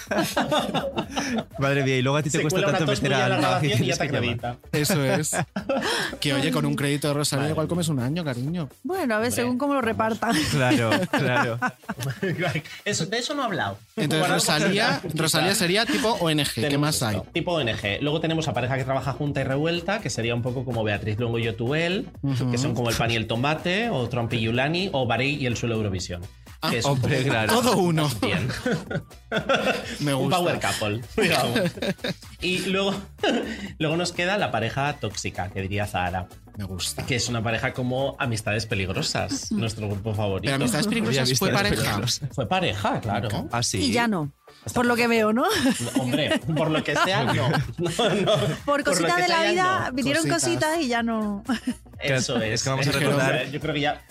[SPEAKER 5] madre mía, y luego a ti te
[SPEAKER 1] Se
[SPEAKER 5] cuesta
[SPEAKER 1] cuela una
[SPEAKER 5] tanto
[SPEAKER 1] tos
[SPEAKER 5] meter
[SPEAKER 1] tuya en la
[SPEAKER 5] al
[SPEAKER 1] grabación y ya
[SPEAKER 5] tienes
[SPEAKER 1] te
[SPEAKER 5] que llamar.
[SPEAKER 1] acredita.
[SPEAKER 2] Eso es. Que oye, con un crédito de Rosalía igual comes un año, cariño.
[SPEAKER 4] Bueno, a ver, según cómo lo repartan.
[SPEAKER 5] Claro, claro.
[SPEAKER 2] Pues
[SPEAKER 1] Eso- de eso no he hablado.
[SPEAKER 2] Entonces
[SPEAKER 1] Guardado para
[SPEAKER 2] Rosalía,
[SPEAKER 1] el final.
[SPEAKER 2] Rosalía sería tipo ONG. ¿Qué
[SPEAKER 1] pues Tenemos
[SPEAKER 2] más
[SPEAKER 1] esto,
[SPEAKER 2] hay?
[SPEAKER 1] Tipo ONG. Luego tenemos a pareja que trabaja junta y revuelta, que sería un poco como Beatriz Longo y Otuel,
[SPEAKER 2] Ujú.
[SPEAKER 1] que son como el pan y el tomate, o Trump y Yulani, o Barei y el suelo Eurovisión.
[SPEAKER 2] Ah,
[SPEAKER 1] que es un
[SPEAKER 5] hombre,
[SPEAKER 1] poco-
[SPEAKER 5] claro.
[SPEAKER 2] Todo uno.
[SPEAKER 1] Bien.
[SPEAKER 2] Me
[SPEAKER 1] Un
[SPEAKER 2] gusta.
[SPEAKER 1] power couple, digamos. Y luego, luego nos queda la pareja tóxica, que diría Zahara.
[SPEAKER 2] Me gusta.
[SPEAKER 1] Que es una pareja como Amistades Peligrosas, nuestro grupo favorito.
[SPEAKER 2] Pero Amistades Peligrosas Oye, fue Amistades pareja. Peligrosas.
[SPEAKER 1] Fue pareja, claro.
[SPEAKER 5] Así.
[SPEAKER 4] Y ya no. Por lo que veo, ¿no?
[SPEAKER 1] Hombre, por lo que sea, no. No, no.
[SPEAKER 4] Por
[SPEAKER 1] lo
[SPEAKER 4] cositas
[SPEAKER 1] que
[SPEAKER 4] de la
[SPEAKER 1] sea,
[SPEAKER 4] vida
[SPEAKER 1] no.
[SPEAKER 4] vinieron cositas y ya no.
[SPEAKER 1] Eso es.
[SPEAKER 5] Es que vamos a
[SPEAKER 1] Es que
[SPEAKER 5] recordar-
[SPEAKER 1] hombre, Yo creo que ya.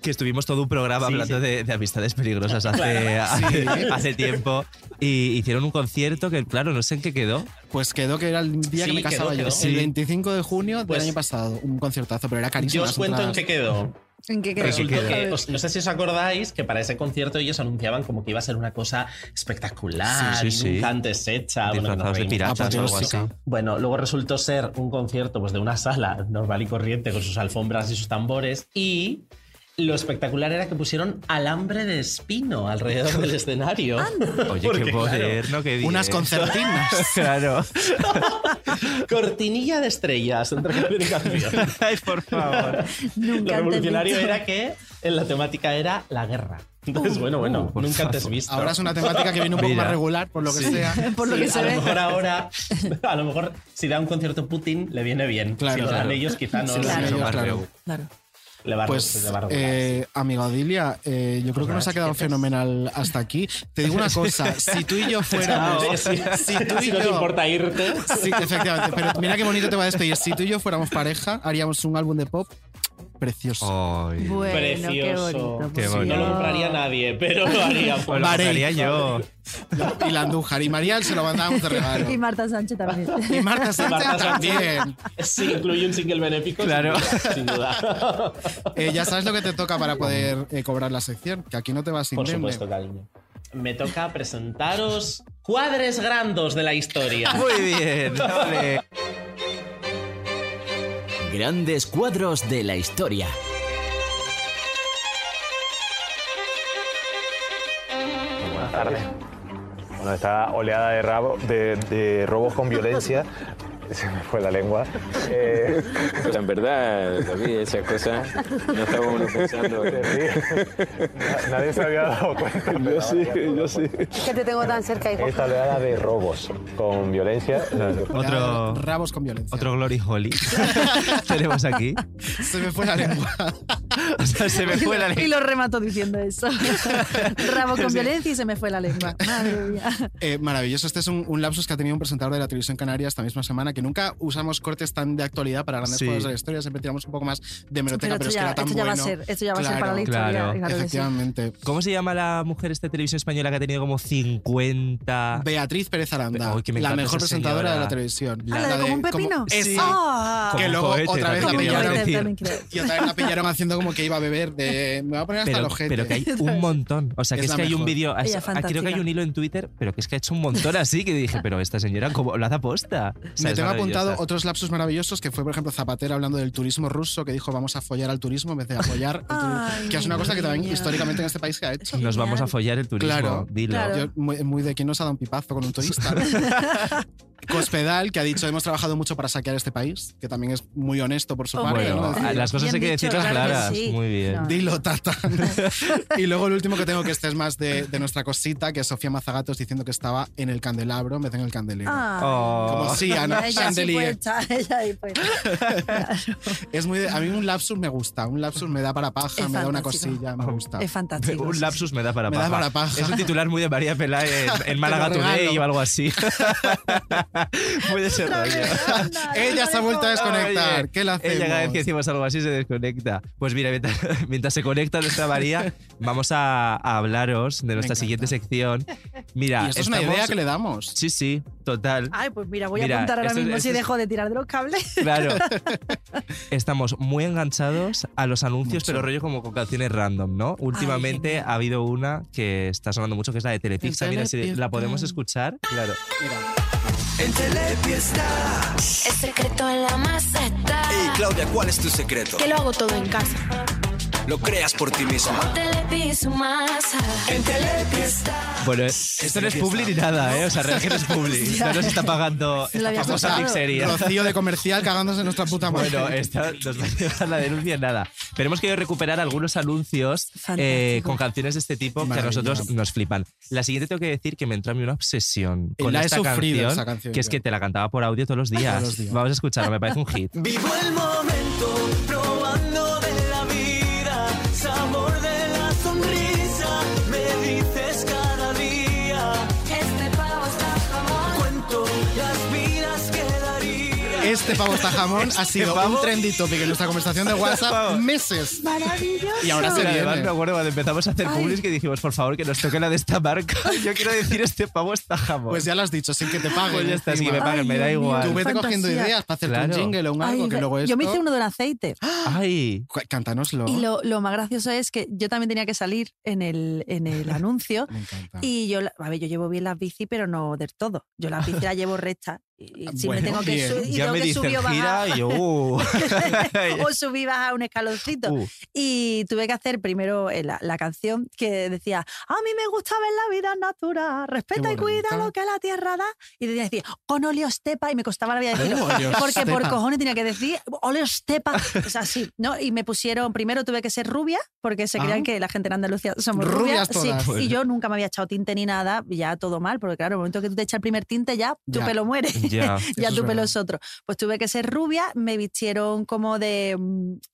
[SPEAKER 5] que estuvimos todo un programa
[SPEAKER 1] Sí,
[SPEAKER 5] hablando De, de amistades peligrosas hace,
[SPEAKER 2] Claro, sí.
[SPEAKER 5] hace, hace tiempo y hicieron un concierto que claro no sé en qué quedó
[SPEAKER 2] Pues quedó que era el día
[SPEAKER 5] Sí,
[SPEAKER 2] que me
[SPEAKER 5] quedó,
[SPEAKER 2] casaba
[SPEAKER 5] quedó.
[SPEAKER 2] yo.
[SPEAKER 5] Sí.
[SPEAKER 2] El 25 de junio
[SPEAKER 1] Pues-
[SPEAKER 2] del año pasado. Un conciertazo, pero era carísimo.
[SPEAKER 1] Yo os
[SPEAKER 2] las
[SPEAKER 1] cuento en
[SPEAKER 2] entradas.
[SPEAKER 1] qué quedó.
[SPEAKER 4] ¿En qué quedó?
[SPEAKER 1] Resultó
[SPEAKER 4] A
[SPEAKER 1] que,
[SPEAKER 4] ver.
[SPEAKER 1] os- no sé si os acordáis que para ese concierto ellos anunciaban como que iba a ser una cosa espectacular,
[SPEAKER 5] Sí, sí, sí.
[SPEAKER 1] nunca antes hecha. bueno, que no
[SPEAKER 5] disfrazados de
[SPEAKER 1] reímos.
[SPEAKER 5] piratas o algo así
[SPEAKER 1] Bueno, luego resultó ser un concierto pues, de una sala normal y corriente con sus alfombras y sus tambores. Y lo espectacular era que pusieron alambre de espino alrededor del escenario.
[SPEAKER 5] oye
[SPEAKER 1] Porque,
[SPEAKER 5] qué
[SPEAKER 1] claro,
[SPEAKER 5] moderno qué bien
[SPEAKER 2] Unas concertinas.
[SPEAKER 5] claro
[SPEAKER 1] cortinilla de estrellas entre canción y canción.
[SPEAKER 5] ay por favor
[SPEAKER 1] Lo
[SPEAKER 4] Nunca antes
[SPEAKER 1] revolucionario
[SPEAKER 4] visto.
[SPEAKER 1] era que en la temática era la guerra. Entonces, bueno, bueno,
[SPEAKER 5] por
[SPEAKER 1] nunca antes
[SPEAKER 5] favor.
[SPEAKER 1] visto.
[SPEAKER 2] Ahora es una temática que viene un poco
[SPEAKER 5] Mira.
[SPEAKER 2] más regular, por lo que
[SPEAKER 5] Sí.
[SPEAKER 2] sea.
[SPEAKER 4] Por lo
[SPEAKER 1] Sí,
[SPEAKER 4] que se
[SPEAKER 1] a
[SPEAKER 4] ve.
[SPEAKER 1] lo mejor ahora, a lo mejor si da un concierto Putin le viene bien.
[SPEAKER 2] Claro,
[SPEAKER 1] si lo dan
[SPEAKER 2] claro.
[SPEAKER 1] ellos, quizá no
[SPEAKER 2] Si lo
[SPEAKER 1] le-
[SPEAKER 2] dan
[SPEAKER 1] le
[SPEAKER 2] ellos,
[SPEAKER 1] va a-
[SPEAKER 2] claro.
[SPEAKER 4] Claro.
[SPEAKER 1] le va a-
[SPEAKER 2] Pues,
[SPEAKER 1] le va a regular.
[SPEAKER 2] eh, amiga Odilia, eh, yo creo que
[SPEAKER 1] nada,
[SPEAKER 2] nos ha quedado
[SPEAKER 1] chiquetes.
[SPEAKER 2] fenomenal hasta aquí. Te digo una cosa, si tú y yo fuéramos...
[SPEAKER 1] Chao. si,
[SPEAKER 2] Si tú y
[SPEAKER 1] no te
[SPEAKER 2] yo...
[SPEAKER 1] importa irte.
[SPEAKER 2] Sí, efectivamente, pero mira qué bonito te va a despedir. Si tú y yo fuéramos pareja, haríamos un álbum de pop precioso.
[SPEAKER 5] Ay,
[SPEAKER 4] Bueno, qué
[SPEAKER 1] Precioso.
[SPEAKER 4] bonito.
[SPEAKER 5] Qué
[SPEAKER 4] pues,
[SPEAKER 5] bonito.
[SPEAKER 1] No lo compraría nadie, pero lo haríamos.
[SPEAKER 5] pues lo
[SPEAKER 2] Vale.
[SPEAKER 5] compraría yo
[SPEAKER 2] Y Landújar y Marial se lo mandábamos de regalo.
[SPEAKER 4] Y Marta Sánchez también.
[SPEAKER 2] Y Marta Sánchez
[SPEAKER 1] Marta Sánchez.
[SPEAKER 2] también.
[SPEAKER 1] Sí, incluye un single benéfico.
[SPEAKER 5] Claro.
[SPEAKER 1] Sin duda. sin duda.
[SPEAKER 2] Eh, ya sabes lo que te toca para poder eh, cobrar la sección, que aquí no te vas sin
[SPEAKER 1] Por
[SPEAKER 2] lembro.
[SPEAKER 1] supuesto, cariño. Me toca presentaros cuadres grandos de la historia.
[SPEAKER 5] muy bien ole.
[SPEAKER 13] Grandes cuadros de la historia.
[SPEAKER 14] Buenas tardes. Bueno, esta oleada de, rabo- de- de robos con violencia, se me fue la lengua. Eh,
[SPEAKER 15] en verdad, David, esas cosas no estábamos pensando.
[SPEAKER 14] na- nadie se había dado cuenta. Yo sí, yo sí.
[SPEAKER 16] Que te tengo tan cerca, hijo.
[SPEAKER 14] Esta oleada de robos con violencia.
[SPEAKER 5] otro
[SPEAKER 2] Rabos con violencia.
[SPEAKER 5] otro glory holly tenemos aquí
[SPEAKER 2] Se me fue la lengua.
[SPEAKER 5] o sea, se me fue la
[SPEAKER 4] Y
[SPEAKER 5] lengua
[SPEAKER 4] lo remato diciendo eso. Rabo con violencia y se me fue la lengua. Madre mía.
[SPEAKER 2] Eh, maravilloso. Este es un, un lapsus que ha tenido un presentador de la televisión canaria esta misma semana, que nunca usamos cortes tan de actualidad para grandes
[SPEAKER 5] Sí.
[SPEAKER 2] juegos de la historia. Siempre tiramos un poco más de meroteca,
[SPEAKER 4] Pero
[SPEAKER 2] pero,
[SPEAKER 4] esto
[SPEAKER 2] es
[SPEAKER 4] ya-
[SPEAKER 2] que era tan
[SPEAKER 4] esto ya va a
[SPEAKER 2] bueno.
[SPEAKER 4] ser- esto ya va a ser para la historia,
[SPEAKER 5] claro,
[SPEAKER 4] claro que sí.
[SPEAKER 2] efectivamente.
[SPEAKER 5] ¿Cómo se llama la mujer esta de televisión española que ha tenido como
[SPEAKER 3] Ah.
[SPEAKER 5] 50?
[SPEAKER 2] Beatriz Pérez Aranda,
[SPEAKER 5] Ay, que me
[SPEAKER 2] la
[SPEAKER 5] encanta
[SPEAKER 2] mejor
[SPEAKER 5] esa
[SPEAKER 2] presentadora
[SPEAKER 5] señora.
[SPEAKER 2] de la televisión.
[SPEAKER 4] Ah, la de como un
[SPEAKER 2] como-
[SPEAKER 4] pepino.
[SPEAKER 2] Esa.
[SPEAKER 4] Ah.
[SPEAKER 2] Que
[SPEAKER 5] Como
[SPEAKER 2] luego
[SPEAKER 5] cohete,
[SPEAKER 2] otra vez la
[SPEAKER 5] también
[SPEAKER 4] Como
[SPEAKER 5] quería
[SPEAKER 4] yo
[SPEAKER 2] pillaron.
[SPEAKER 4] también
[SPEAKER 5] decir.
[SPEAKER 4] creo.
[SPEAKER 2] Y otra vez la pillaron haciendo como que iba a beber de. Me voy a poner hasta
[SPEAKER 3] Pero,
[SPEAKER 2] los ojete.
[SPEAKER 3] pero que hay un montón. O sea, que es,
[SPEAKER 2] Es la
[SPEAKER 3] que hay un
[SPEAKER 2] mejor.
[SPEAKER 3] vídeo.
[SPEAKER 2] Ella
[SPEAKER 3] es- ah, Creo que
[SPEAKER 2] fantástica.
[SPEAKER 3] hay un hilo en Twitter, pero que es que ha hecho un montón así que dije, pero esta señora, como lo hace aposta? O sea,
[SPEAKER 2] Me
[SPEAKER 3] es
[SPEAKER 2] tengo apuntado
[SPEAKER 3] maravillosa.
[SPEAKER 2] otros lapsus maravillosos que fue, por ejemplo, Zapatero hablando del turismo ruso que dijo vamos a follar al turismo en vez de apoyar, al turismo", que es una cosa que también históricamente en este país se ha hecho.
[SPEAKER 3] Nos vamos a follar el turismo.
[SPEAKER 2] Claro,
[SPEAKER 3] Dilo.
[SPEAKER 2] Yo, muy, muy de quien nos ha dado un pipazo con un turista. Cospedal, que ha dicho hemos trabajado mucho para saquear este país, que también es muy honesto por su
[SPEAKER 3] Hombre,
[SPEAKER 2] parte. ¿no?
[SPEAKER 3] Bueno,
[SPEAKER 2] Decir,
[SPEAKER 3] a- las cosas hay que Bien dicho, decirlas claro que claras, sí. muy bien. No.
[SPEAKER 2] Dilo, tata. y luego el último que tengo que este es más de, de nuestra cosita, que es Sofía Mazagatos diciendo que estaba en el candelabro en vez de en el candelero.
[SPEAKER 3] Ah.
[SPEAKER 5] Ay.
[SPEAKER 3] Oh.
[SPEAKER 2] Como sí, Ana,
[SPEAKER 5] Ella sí puede
[SPEAKER 2] chandelier.
[SPEAKER 5] estar, ella ahí puede estar.
[SPEAKER 2] Es muy de- a mí un lapsus me gusta, un lapsus me da para paja,
[SPEAKER 5] Es
[SPEAKER 2] me da una
[SPEAKER 5] fantástico.
[SPEAKER 2] cosilla, me gusta.
[SPEAKER 5] Es fantástico.
[SPEAKER 3] Un lapsus me da para
[SPEAKER 2] Me da
[SPEAKER 3] paja.
[SPEAKER 2] para paja.
[SPEAKER 3] Es un titular muy de María Peláez en, en Málaga
[SPEAKER 2] Te lo
[SPEAKER 3] Today
[SPEAKER 2] regalo.
[SPEAKER 3] o algo así. muy de ese rollo.
[SPEAKER 2] Ella se ha vuelto a desconectar.
[SPEAKER 3] Oye,
[SPEAKER 2] ¿Qué le hacemos?
[SPEAKER 3] Ella cada vez que decimos algo así se desconecta. Pues mira, mientras, mientras se conecta nuestra María, vamos a, a hablaros de nuestra siguiente sección. Mira,
[SPEAKER 2] Y esto es una idea que le damos.
[SPEAKER 3] Sí, sí, total.
[SPEAKER 5] Ay, pues mira, voy
[SPEAKER 3] Mira,
[SPEAKER 5] a apuntar ahora
[SPEAKER 3] esto es-
[SPEAKER 5] mismo si
[SPEAKER 3] esto es-
[SPEAKER 5] dejo de tirar de los cables.
[SPEAKER 3] Claro. Estamos muy enganchados a los anuncios, pero rollo como con canciones random, ¿no? Últimamente ha habido una que está sonando mucho, que es la de Telepizza.
[SPEAKER 17] El
[SPEAKER 3] Mira, si
[SPEAKER 17] Telepizza.
[SPEAKER 3] la podemos escuchar, claro.
[SPEAKER 17] En Telefiesta.
[SPEAKER 7] El secreto en la masa está.
[SPEAKER 17] Ey, Claudia, ¿cuál es tu secreto?
[SPEAKER 7] Que lo hago todo en casa.
[SPEAKER 17] Lo creas por ti misma.
[SPEAKER 7] Telepiso masa.
[SPEAKER 17] En Telefiesta.
[SPEAKER 3] Bueno, esto no es publi ni nada, ¿eh? O sea, realmente no es publi. No nos está pagando
[SPEAKER 2] Lo
[SPEAKER 3] esta
[SPEAKER 2] había
[SPEAKER 3] famosa
[SPEAKER 2] pensado.
[SPEAKER 3] pizzería.
[SPEAKER 2] Rocío de comercial cagándose en nuestra puta madre.
[SPEAKER 3] Bueno, esta nos va a llevar la denuncia en nada. Pero hemos querido recuperar algunos anuncios eh, con canciones de este tipo que a
[SPEAKER 2] Maravilla.
[SPEAKER 3] nosotros nos flipan. La siguiente tengo que decir que me entró a mí una obsesión
[SPEAKER 2] Y
[SPEAKER 3] con
[SPEAKER 2] la he
[SPEAKER 3] esta
[SPEAKER 2] sufrido,
[SPEAKER 3] canción,
[SPEAKER 2] esa canción,
[SPEAKER 3] que es
[SPEAKER 2] yo.
[SPEAKER 3] que te la cantaba por audio todos los días.
[SPEAKER 2] Todos los días.
[SPEAKER 3] Vamos a escucharla, me parece un hit.
[SPEAKER 17] Vivo el momento, probando de la vida, sabor de la sonrisa, me dices cada día. Este pavo está jamón. Cuento las vidas que daría.
[SPEAKER 2] Este pavo está jamón ha
[SPEAKER 3] Este
[SPEAKER 2] sido un trendy topic en nuestra conversación de WhatsApp meses.
[SPEAKER 5] Maravilloso.
[SPEAKER 2] Y ahora se
[SPEAKER 3] Pero además, me
[SPEAKER 2] viene.
[SPEAKER 3] acuerdo cuando empezamos a hacer
[SPEAKER 2] Ay.
[SPEAKER 3] publis que dijimos, por favor, que nos toque la de esta marca. Yo quiero decir, este pavo está jamón.
[SPEAKER 2] Pues ya lo has dicho, sin que te paguen.
[SPEAKER 3] Pues ya está, sin que me
[SPEAKER 2] encima.
[SPEAKER 3] paguen, me da igual.
[SPEAKER 2] Tú vete cogiendo
[SPEAKER 5] Fantasía.
[SPEAKER 2] ideas para hacerte
[SPEAKER 3] Claro.
[SPEAKER 2] un jingle o un algo
[SPEAKER 5] Ay,
[SPEAKER 2] que luego esto... Ah.
[SPEAKER 5] yo me hice uno del aceite.
[SPEAKER 3] ¡Ay!
[SPEAKER 2] Cu- Cántanoslo.
[SPEAKER 5] Y lo, lo más gracioso es que yo también tenía que salir en el, en el anuncio.
[SPEAKER 2] Ah.
[SPEAKER 5] Y yo, la- a ver, yo llevo bien las bici, pero no del todo. Yo las bici las llevo rectas. Y, y si me
[SPEAKER 3] Bueno,
[SPEAKER 5] tengo que,
[SPEAKER 3] bien.
[SPEAKER 5] su- y
[SPEAKER 3] ya
[SPEAKER 5] tengo
[SPEAKER 3] me
[SPEAKER 5] que
[SPEAKER 3] dicen
[SPEAKER 5] subir o
[SPEAKER 3] gira
[SPEAKER 5] bajar.
[SPEAKER 3] y yo, uh.
[SPEAKER 5] o subí baja un escaloncito.
[SPEAKER 3] Uh.
[SPEAKER 5] Y tuve que hacer primero eh, la, la canción que decía, a mí me gusta ver la vida natural, respeta
[SPEAKER 4] Qué
[SPEAKER 5] y cuida
[SPEAKER 4] bonita.
[SPEAKER 5] lo que la tierra da. Y tenía que decir, con oleostepa, y me costaba la vida
[SPEAKER 4] ¿Cómo
[SPEAKER 5] decirlo.
[SPEAKER 4] oleostepa?
[SPEAKER 5] Porque por cojones tenía que decir, oleostepa, o sea, así, ¿no? Y me pusieron, primero tuve que ser rubia, porque se
[SPEAKER 4] Ah.
[SPEAKER 5] creían que la gente en Andalucía somos
[SPEAKER 4] Rubias
[SPEAKER 5] rubias.
[SPEAKER 4] todas.
[SPEAKER 5] sí.
[SPEAKER 4] Bueno.
[SPEAKER 5] Y yo nunca me había echado tinte ni nada, ya todo mal, porque claro, el momento que tú te echas el primer tinte, ya tu
[SPEAKER 4] Ya.
[SPEAKER 5] pelo muere,
[SPEAKER 4] Ya.
[SPEAKER 5] ya,
[SPEAKER 4] Eso es
[SPEAKER 5] tu pelo
[SPEAKER 4] verdad.
[SPEAKER 5] es otro. Pues tuve que ser rubia, me vistieron como de mm,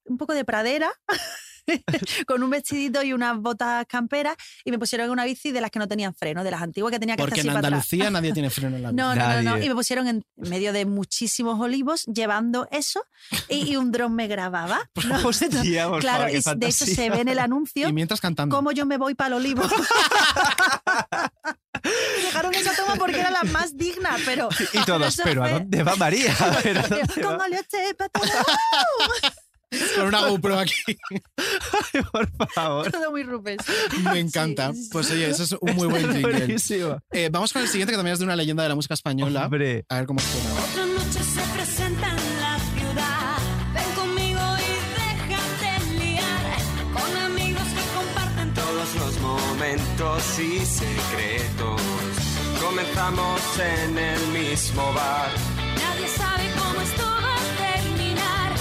[SPEAKER 5] un poco de pradera. con un vestidito y unas botas camperas y me pusieron en una bici de las que no tenían freno, de las antiguas que tenía que
[SPEAKER 2] Porque
[SPEAKER 5] hacer
[SPEAKER 2] en
[SPEAKER 5] así para atrás.
[SPEAKER 2] Andalucía nadie tiene freno en la
[SPEAKER 5] No,
[SPEAKER 2] vida.
[SPEAKER 5] no, no, no. Y me pusieron en medio de muchísimos olivos llevando eso y, y un dron me grababa. ¿no?
[SPEAKER 2] Hostia, por
[SPEAKER 5] claro,
[SPEAKER 2] favor, qué
[SPEAKER 5] y de hecho
[SPEAKER 2] fantasía.
[SPEAKER 5] se ve en el anuncio
[SPEAKER 2] Y mientras cantando.
[SPEAKER 5] cómo yo me voy para el olivo. Y Dejaron esa toma porque era la más digna, pero...
[SPEAKER 3] Y todos,
[SPEAKER 5] eso
[SPEAKER 3] ¿pero a
[SPEAKER 5] fue-
[SPEAKER 3] dónde va María? ¿Pero a dónde va?
[SPEAKER 5] Como le sepa,
[SPEAKER 2] Con una GoPro aquí.
[SPEAKER 3] Por favor.
[SPEAKER 5] todo muy rupes.
[SPEAKER 2] Me encanta. Pues oye, eso es un muy buen
[SPEAKER 3] Está
[SPEAKER 2] jingle.
[SPEAKER 3] buenísimo.
[SPEAKER 2] Eh, vamos con el siguiente que también es de una leyenda de la música española. A ver cómo suena.
[SPEAKER 7] Otra noche se presenta en la ciudad. Ven conmigo y déjate liar. Con amigos que comparten
[SPEAKER 17] Todos los momentos y secretos comenzamos en el mismo bar.
[SPEAKER 7] Nadie sabe cómo esto va a terminar.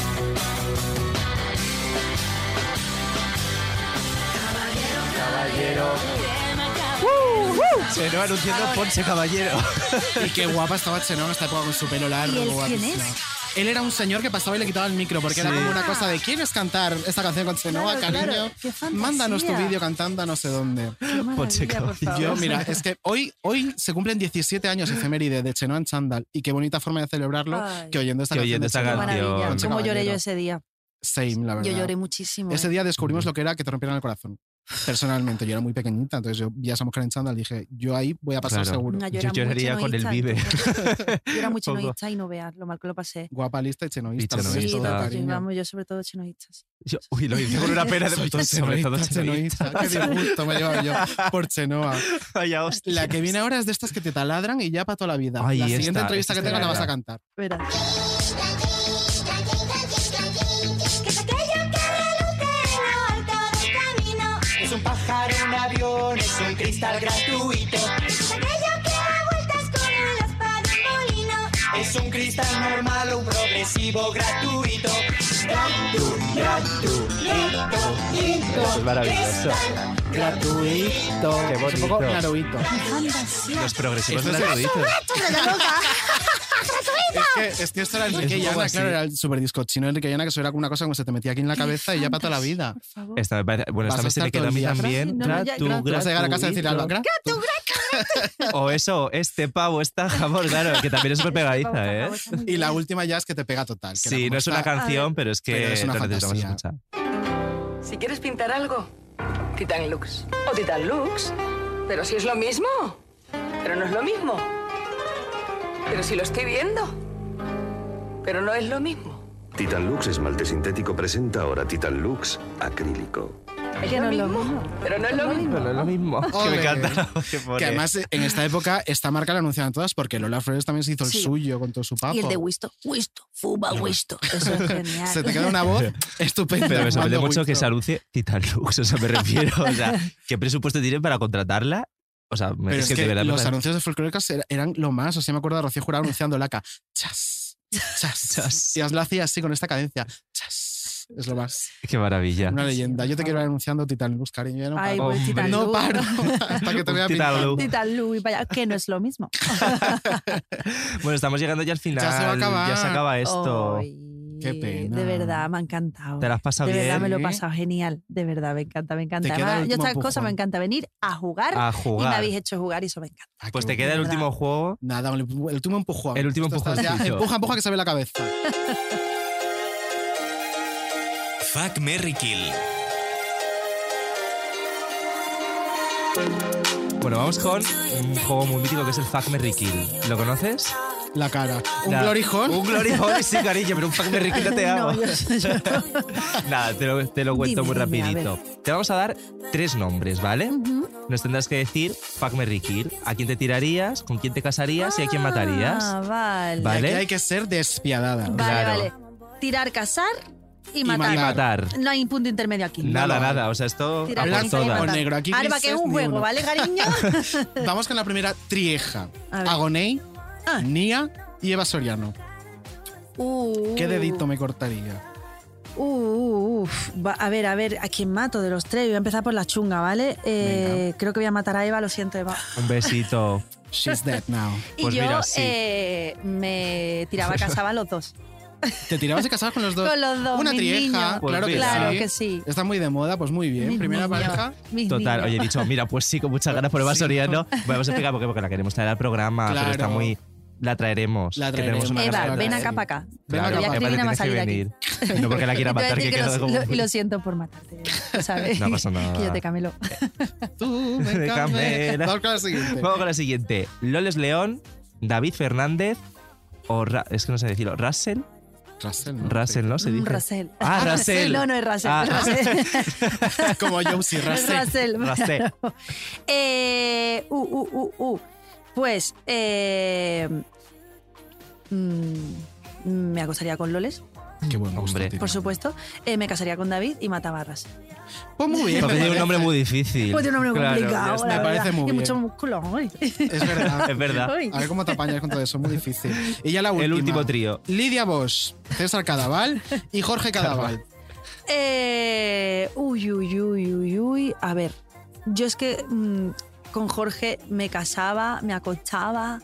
[SPEAKER 3] Caballero. Chenoa anunciando Ponce Caballero.
[SPEAKER 2] Y qué guapa estaba Chenoa en esta época con su pelo largo.
[SPEAKER 3] ¿Y él
[SPEAKER 2] guapísima.
[SPEAKER 3] quién es?
[SPEAKER 2] Él era un señor que pasaba y le quitaba el micro porque era
[SPEAKER 3] Sí.
[SPEAKER 2] como una cosa de ¿quieres cantar esta canción con Chenoa,
[SPEAKER 3] Claro, claro.
[SPEAKER 2] cariño?
[SPEAKER 3] Qué fantasía.
[SPEAKER 2] Mándanos tu vídeo cantando a no sé dónde.
[SPEAKER 3] Ponche
[SPEAKER 2] por
[SPEAKER 3] Caballero.
[SPEAKER 2] Yo, mira, es que hoy, hoy se cumplen 17 años efeméride de Chenoa en Chandal y qué bonita forma de celebrarlo
[SPEAKER 5] Ay.
[SPEAKER 2] que oyendo esta
[SPEAKER 3] Que
[SPEAKER 2] canción.
[SPEAKER 3] oyendo
[SPEAKER 2] de
[SPEAKER 3] esta
[SPEAKER 2] Chenoa.
[SPEAKER 3] canción. Maravilla.
[SPEAKER 2] Concha
[SPEAKER 5] ¿Cómo lloré
[SPEAKER 2] Caballero.
[SPEAKER 5] yo ese día?
[SPEAKER 2] Same, la verdad.
[SPEAKER 5] Yo lloré muchísimo.
[SPEAKER 2] Ese
[SPEAKER 5] ¿eh?
[SPEAKER 2] día descubrimos lo que era que te rompieran el corazón. Personalmente, yo era muy pequeñita, entonces yo vi a esa mujer en chándal y dije, yo ahí voy a pasar
[SPEAKER 3] Claro.
[SPEAKER 2] seguro.
[SPEAKER 5] No, yo era Yo muy lloraría con el chenoísta, vive. Yo era muy chenoísta y no veas lo mal que lo pasé.
[SPEAKER 2] Guapa lista y
[SPEAKER 3] Y
[SPEAKER 2] chenoísta. lo es todo,
[SPEAKER 3] chenoísta.
[SPEAKER 5] Yo,
[SPEAKER 2] cariño.
[SPEAKER 5] vamos, yo sobre todo chenoístas.
[SPEAKER 3] Yo- uy, lo hice con una pena de
[SPEAKER 2] Soy
[SPEAKER 3] todo sobre todo
[SPEAKER 2] chenoísta,
[SPEAKER 3] chenoísta.
[SPEAKER 2] chenoísta. Qué disgusto me he llevado yo por Chenoa.
[SPEAKER 3] Vaya hostia.
[SPEAKER 2] La que viene ahora es de estas que te taladran y ya para toda la vida.
[SPEAKER 3] Ay,
[SPEAKER 2] la
[SPEAKER 3] esta,
[SPEAKER 2] siguiente entrevista
[SPEAKER 3] esta
[SPEAKER 2] que
[SPEAKER 3] es
[SPEAKER 2] tengas la vas a
[SPEAKER 3] verdad.
[SPEAKER 2] cantar.
[SPEAKER 7] Es un pájaro, un avión, es un cristal gratuito. Es un cristal normal, un progresivo gratuito. Gratu, gratu, gratuito.
[SPEAKER 18] Eso es maravilloso.
[SPEAKER 2] Gratuito.
[SPEAKER 18] Qué
[SPEAKER 2] Es un poco
[SPEAKER 18] bonito.
[SPEAKER 2] naruito.
[SPEAKER 3] Los progresivos
[SPEAKER 2] Eso
[SPEAKER 3] de
[SPEAKER 2] sí.
[SPEAKER 3] la revista.
[SPEAKER 2] Es que, es que esto era Enrique
[SPEAKER 3] Es un
[SPEAKER 2] y
[SPEAKER 3] poco
[SPEAKER 2] Ana,
[SPEAKER 3] así.
[SPEAKER 2] claro, era el super disco chino Enrique y Ana, que eso era como una cosa como se te metía aquí en la cabeza y ya para toda la vida.
[SPEAKER 3] Esta me parece- bueno,
[SPEAKER 2] Vas
[SPEAKER 3] esta
[SPEAKER 2] a
[SPEAKER 3] me se
[SPEAKER 2] estar
[SPEAKER 3] me
[SPEAKER 2] todo
[SPEAKER 3] queda a
[SPEAKER 2] el
[SPEAKER 3] mí
[SPEAKER 2] día.
[SPEAKER 3] también.
[SPEAKER 2] No, no, ya-
[SPEAKER 3] Gratu,
[SPEAKER 2] Te vas a llegar a casa a
[SPEAKER 3] gratuito.
[SPEAKER 2] decir algo.
[SPEAKER 3] O eso, este pavo está jamón, claro, que también es súper
[SPEAKER 2] Este
[SPEAKER 3] pegadiza, ¿eh?
[SPEAKER 2] Y la última ya es que te pega total. que era
[SPEAKER 3] Sí,
[SPEAKER 2] como
[SPEAKER 3] no es una
[SPEAKER 2] esta-
[SPEAKER 3] canción, pero es que
[SPEAKER 2] Pero es una
[SPEAKER 3] lo necesitamos
[SPEAKER 2] fantasía.
[SPEAKER 3] escuchar.
[SPEAKER 19] Si quieres pintar algo, Titan Lux. O Titan Lux. Pero si es lo mismo. Pero no es lo mismo. Pero si lo estoy viendo. Pero no es lo mismo.
[SPEAKER 20] Titan Lux esmalte sintético presenta ahora Titan Lux acrílico.
[SPEAKER 19] Es lo mismo. Pero no es lo mismo.
[SPEAKER 3] No es lo mismo. Que
[SPEAKER 2] Ole.
[SPEAKER 3] me encanta. lo pone.
[SPEAKER 2] Que además eh, en esta época esta marca la anunciaban todas porque Lola Flores también se hizo el
[SPEAKER 5] Sí.
[SPEAKER 2] suyo con todo su papo.
[SPEAKER 5] Y el de Wisto, Wisto, fuba Wisto. Eso es genial.
[SPEAKER 2] Se te queda una voz estupenda.
[SPEAKER 3] Pero me sorprende
[SPEAKER 2] fumando
[SPEAKER 3] mucho que
[SPEAKER 2] Winston.
[SPEAKER 3] se anuncie Titan Lux, o sea, me refiero. O sea, ¿qué presupuesto tienen para contratarla? O sea, me-
[SPEAKER 2] Pero es que,
[SPEAKER 3] de verdad me
[SPEAKER 2] los
[SPEAKER 3] parece-
[SPEAKER 2] anuncios de folclóricas era- eran lo más. O sea, me acuerdo de Rocío Jurado anunciando laca. Chas, chas, chas. Y os lo hacía así con esta cadencia. Chas. Es lo más.
[SPEAKER 3] Qué maravilla.
[SPEAKER 2] Una leyenda. Yo te quiero ir anunciando Titan Luz, cariño. ya no
[SPEAKER 5] Ay,
[SPEAKER 2] paro.
[SPEAKER 5] pues Titan
[SPEAKER 2] no
[SPEAKER 5] Luz.
[SPEAKER 2] paro. Hasta que te voy
[SPEAKER 3] Titan
[SPEAKER 2] a pintar.
[SPEAKER 3] Luz.
[SPEAKER 5] Titan Lou y vaya, que no es lo mismo.
[SPEAKER 3] Bueno, estamos llegando ya al final.
[SPEAKER 2] se va a acabar.
[SPEAKER 3] ya se acaba esto.
[SPEAKER 5] Ay,
[SPEAKER 2] Qué pena.
[SPEAKER 5] De verdad, me ha encantado.
[SPEAKER 3] ¿Te la has pasado
[SPEAKER 5] de verdad,
[SPEAKER 3] bien?
[SPEAKER 5] me lo he pasado genial. De verdad, me encanta, me encanta.
[SPEAKER 3] Te queda
[SPEAKER 5] Además,
[SPEAKER 3] el
[SPEAKER 5] yo
[SPEAKER 3] último
[SPEAKER 5] estas cosas
[SPEAKER 3] empujón.
[SPEAKER 5] me encanta venir a jugar,
[SPEAKER 3] A
[SPEAKER 5] y
[SPEAKER 3] jugar.
[SPEAKER 5] me habéis hecho jugar y eso me encanta.
[SPEAKER 2] Ah,
[SPEAKER 3] Pues te queda el último juego.
[SPEAKER 2] Nada, el último empujón.
[SPEAKER 3] El último
[SPEAKER 2] Esto está
[SPEAKER 3] empujón.
[SPEAKER 2] ya- Empuja, empuja que se ve la cabeza.
[SPEAKER 21] Fuck Mary Kill.
[SPEAKER 3] Bueno, vamos con un juego muy mítico que es el Fuck Mary Kill. ¿Lo conoces?
[SPEAKER 2] La cara. Un
[SPEAKER 3] Nada.
[SPEAKER 2] glory hole.
[SPEAKER 3] Un glory hole, sí, cariño, pero un Fuck Mary Kill no te hago. Nada, te lo, te lo cuento
[SPEAKER 5] Dime,
[SPEAKER 3] muy
[SPEAKER 5] dime, a ver.
[SPEAKER 3] rapidito. Te vamos a dar tres nombres, ¿vale? Nos tendrás que decir Fuck Mary Kill. ¿A quién te tirarías? ¿Con quién te casarías? ¿Y a quién matarías?
[SPEAKER 5] Ah, vale.
[SPEAKER 3] Vale.
[SPEAKER 2] Aquí hay que ser despiadada.
[SPEAKER 5] Vale, vale. Tirar, cazar y matar.
[SPEAKER 3] matar. Y matar.
[SPEAKER 5] No hay punto intermedio aquí.
[SPEAKER 3] Nada, nada. O sea, esto a
[SPEAKER 5] Tirar
[SPEAKER 3] por
[SPEAKER 5] blanco y
[SPEAKER 3] todas.
[SPEAKER 5] matar. Alba, que es un juego, ¿vale, cariño?
[SPEAKER 2] Vamos con la primera trieja.
[SPEAKER 5] A ver. Ah.
[SPEAKER 2] Agonei, Nia y Eva Soriano.
[SPEAKER 5] Uh,
[SPEAKER 2] ¿Qué dedito me cortaría?
[SPEAKER 5] uh, uh, uf. Va- a ver, a ver, ¿a quién mato de los tres? Voy a empezar por la chunga, ¿vale? Eh, creo que voy a matar a Eva, lo siento, Eva.
[SPEAKER 3] Un besito.
[SPEAKER 2] She's dead now.
[SPEAKER 5] Y yo eh, me tiraba, casaba a los dos.
[SPEAKER 2] ¿Te tirabas y casabas con los dos?
[SPEAKER 5] Con los dos,
[SPEAKER 2] Una
[SPEAKER 5] mis
[SPEAKER 2] trieja,
[SPEAKER 5] niños. Pues
[SPEAKER 2] claro, que,
[SPEAKER 5] mira. Claro
[SPEAKER 2] sí.
[SPEAKER 5] que sí.
[SPEAKER 2] Está muy de moda, pues muy bien.
[SPEAKER 5] Mis
[SPEAKER 2] Primera
[SPEAKER 5] niños,
[SPEAKER 2] pareja.
[SPEAKER 5] mis
[SPEAKER 3] Total,
[SPEAKER 5] niños.
[SPEAKER 3] oye, he dicho, mira, pues sí, con muchas ganas por Eva Soriano. Bueno, Vamos a explicar por qué, porque la queremos traer al programa,
[SPEAKER 2] Claro.
[SPEAKER 3] pero está muy. La traeremos.
[SPEAKER 2] La
[SPEAKER 3] que tenemos
[SPEAKER 2] traeremos.
[SPEAKER 3] una
[SPEAKER 5] Eva,
[SPEAKER 3] gana de
[SPEAKER 5] ven
[SPEAKER 3] traer.
[SPEAKER 5] acá para acá.
[SPEAKER 3] Claro,
[SPEAKER 5] Ven acá
[SPEAKER 3] Eva, te
[SPEAKER 5] pa' acá.
[SPEAKER 3] tienes que
[SPEAKER 5] Te voy a
[SPEAKER 3] venir. No porque la quiera
[SPEAKER 5] Te voy a
[SPEAKER 3] matar, que
[SPEAKER 5] decir que
[SPEAKER 3] queda
[SPEAKER 5] lo,
[SPEAKER 3] como.
[SPEAKER 5] lo- y lo siento por matarte, ¿sabes?
[SPEAKER 3] No pasa nada.
[SPEAKER 5] que yo te camelo.
[SPEAKER 2] Tú
[SPEAKER 3] De
[SPEAKER 2] me cambias.
[SPEAKER 3] Camela.
[SPEAKER 2] Vamos con la siguiente.
[SPEAKER 3] Vamos con la siguiente. Loles León, David Fernández o. Ra- es que no sé decirlo. ¿Russell?
[SPEAKER 2] Russell, ¿no?
[SPEAKER 3] Russell, ¿no? Se
[SPEAKER 5] Mm,
[SPEAKER 3] dice.
[SPEAKER 5] Russell.
[SPEAKER 3] Ah, Russell.
[SPEAKER 5] No, no es Russell.
[SPEAKER 3] Ah.
[SPEAKER 5] es Russell.
[SPEAKER 2] Como Josie
[SPEAKER 5] Es
[SPEAKER 2] Russell.
[SPEAKER 5] Russell.
[SPEAKER 3] Russell.
[SPEAKER 5] claro. Eh, uh, uh, uh, uh. Pues eh, mm, me acostaría con Loles,
[SPEAKER 2] Qué buen gusto.
[SPEAKER 3] Hombre.
[SPEAKER 2] tiene.
[SPEAKER 5] por supuesto. Eh, me casaría con David y mataba a Russell.
[SPEAKER 2] Pues muy bien.
[SPEAKER 3] Porque
[SPEAKER 2] me
[SPEAKER 3] tiene un nombre
[SPEAKER 2] parece.
[SPEAKER 3] muy difícil.
[SPEAKER 5] Pues de un hombre
[SPEAKER 3] Claro, ya
[SPEAKER 5] complicado,
[SPEAKER 3] está.
[SPEAKER 5] la
[SPEAKER 2] Me parece
[SPEAKER 5] verdad.
[SPEAKER 2] muy
[SPEAKER 5] y
[SPEAKER 2] bien.
[SPEAKER 5] mucho músculo. ay.
[SPEAKER 2] Es verdad.
[SPEAKER 3] Es verdad.
[SPEAKER 5] Ay.
[SPEAKER 2] A ver cómo te apañas con todo eso, muy difícil. Y ya la última.
[SPEAKER 3] El último trío.
[SPEAKER 2] Lidia Bosch, César Cadaval y Jorge Cadaval.
[SPEAKER 5] Eh, uy, uy, uy, uy, uy. A ver, yo es que mm, con Jorge me casaba, me acostaba,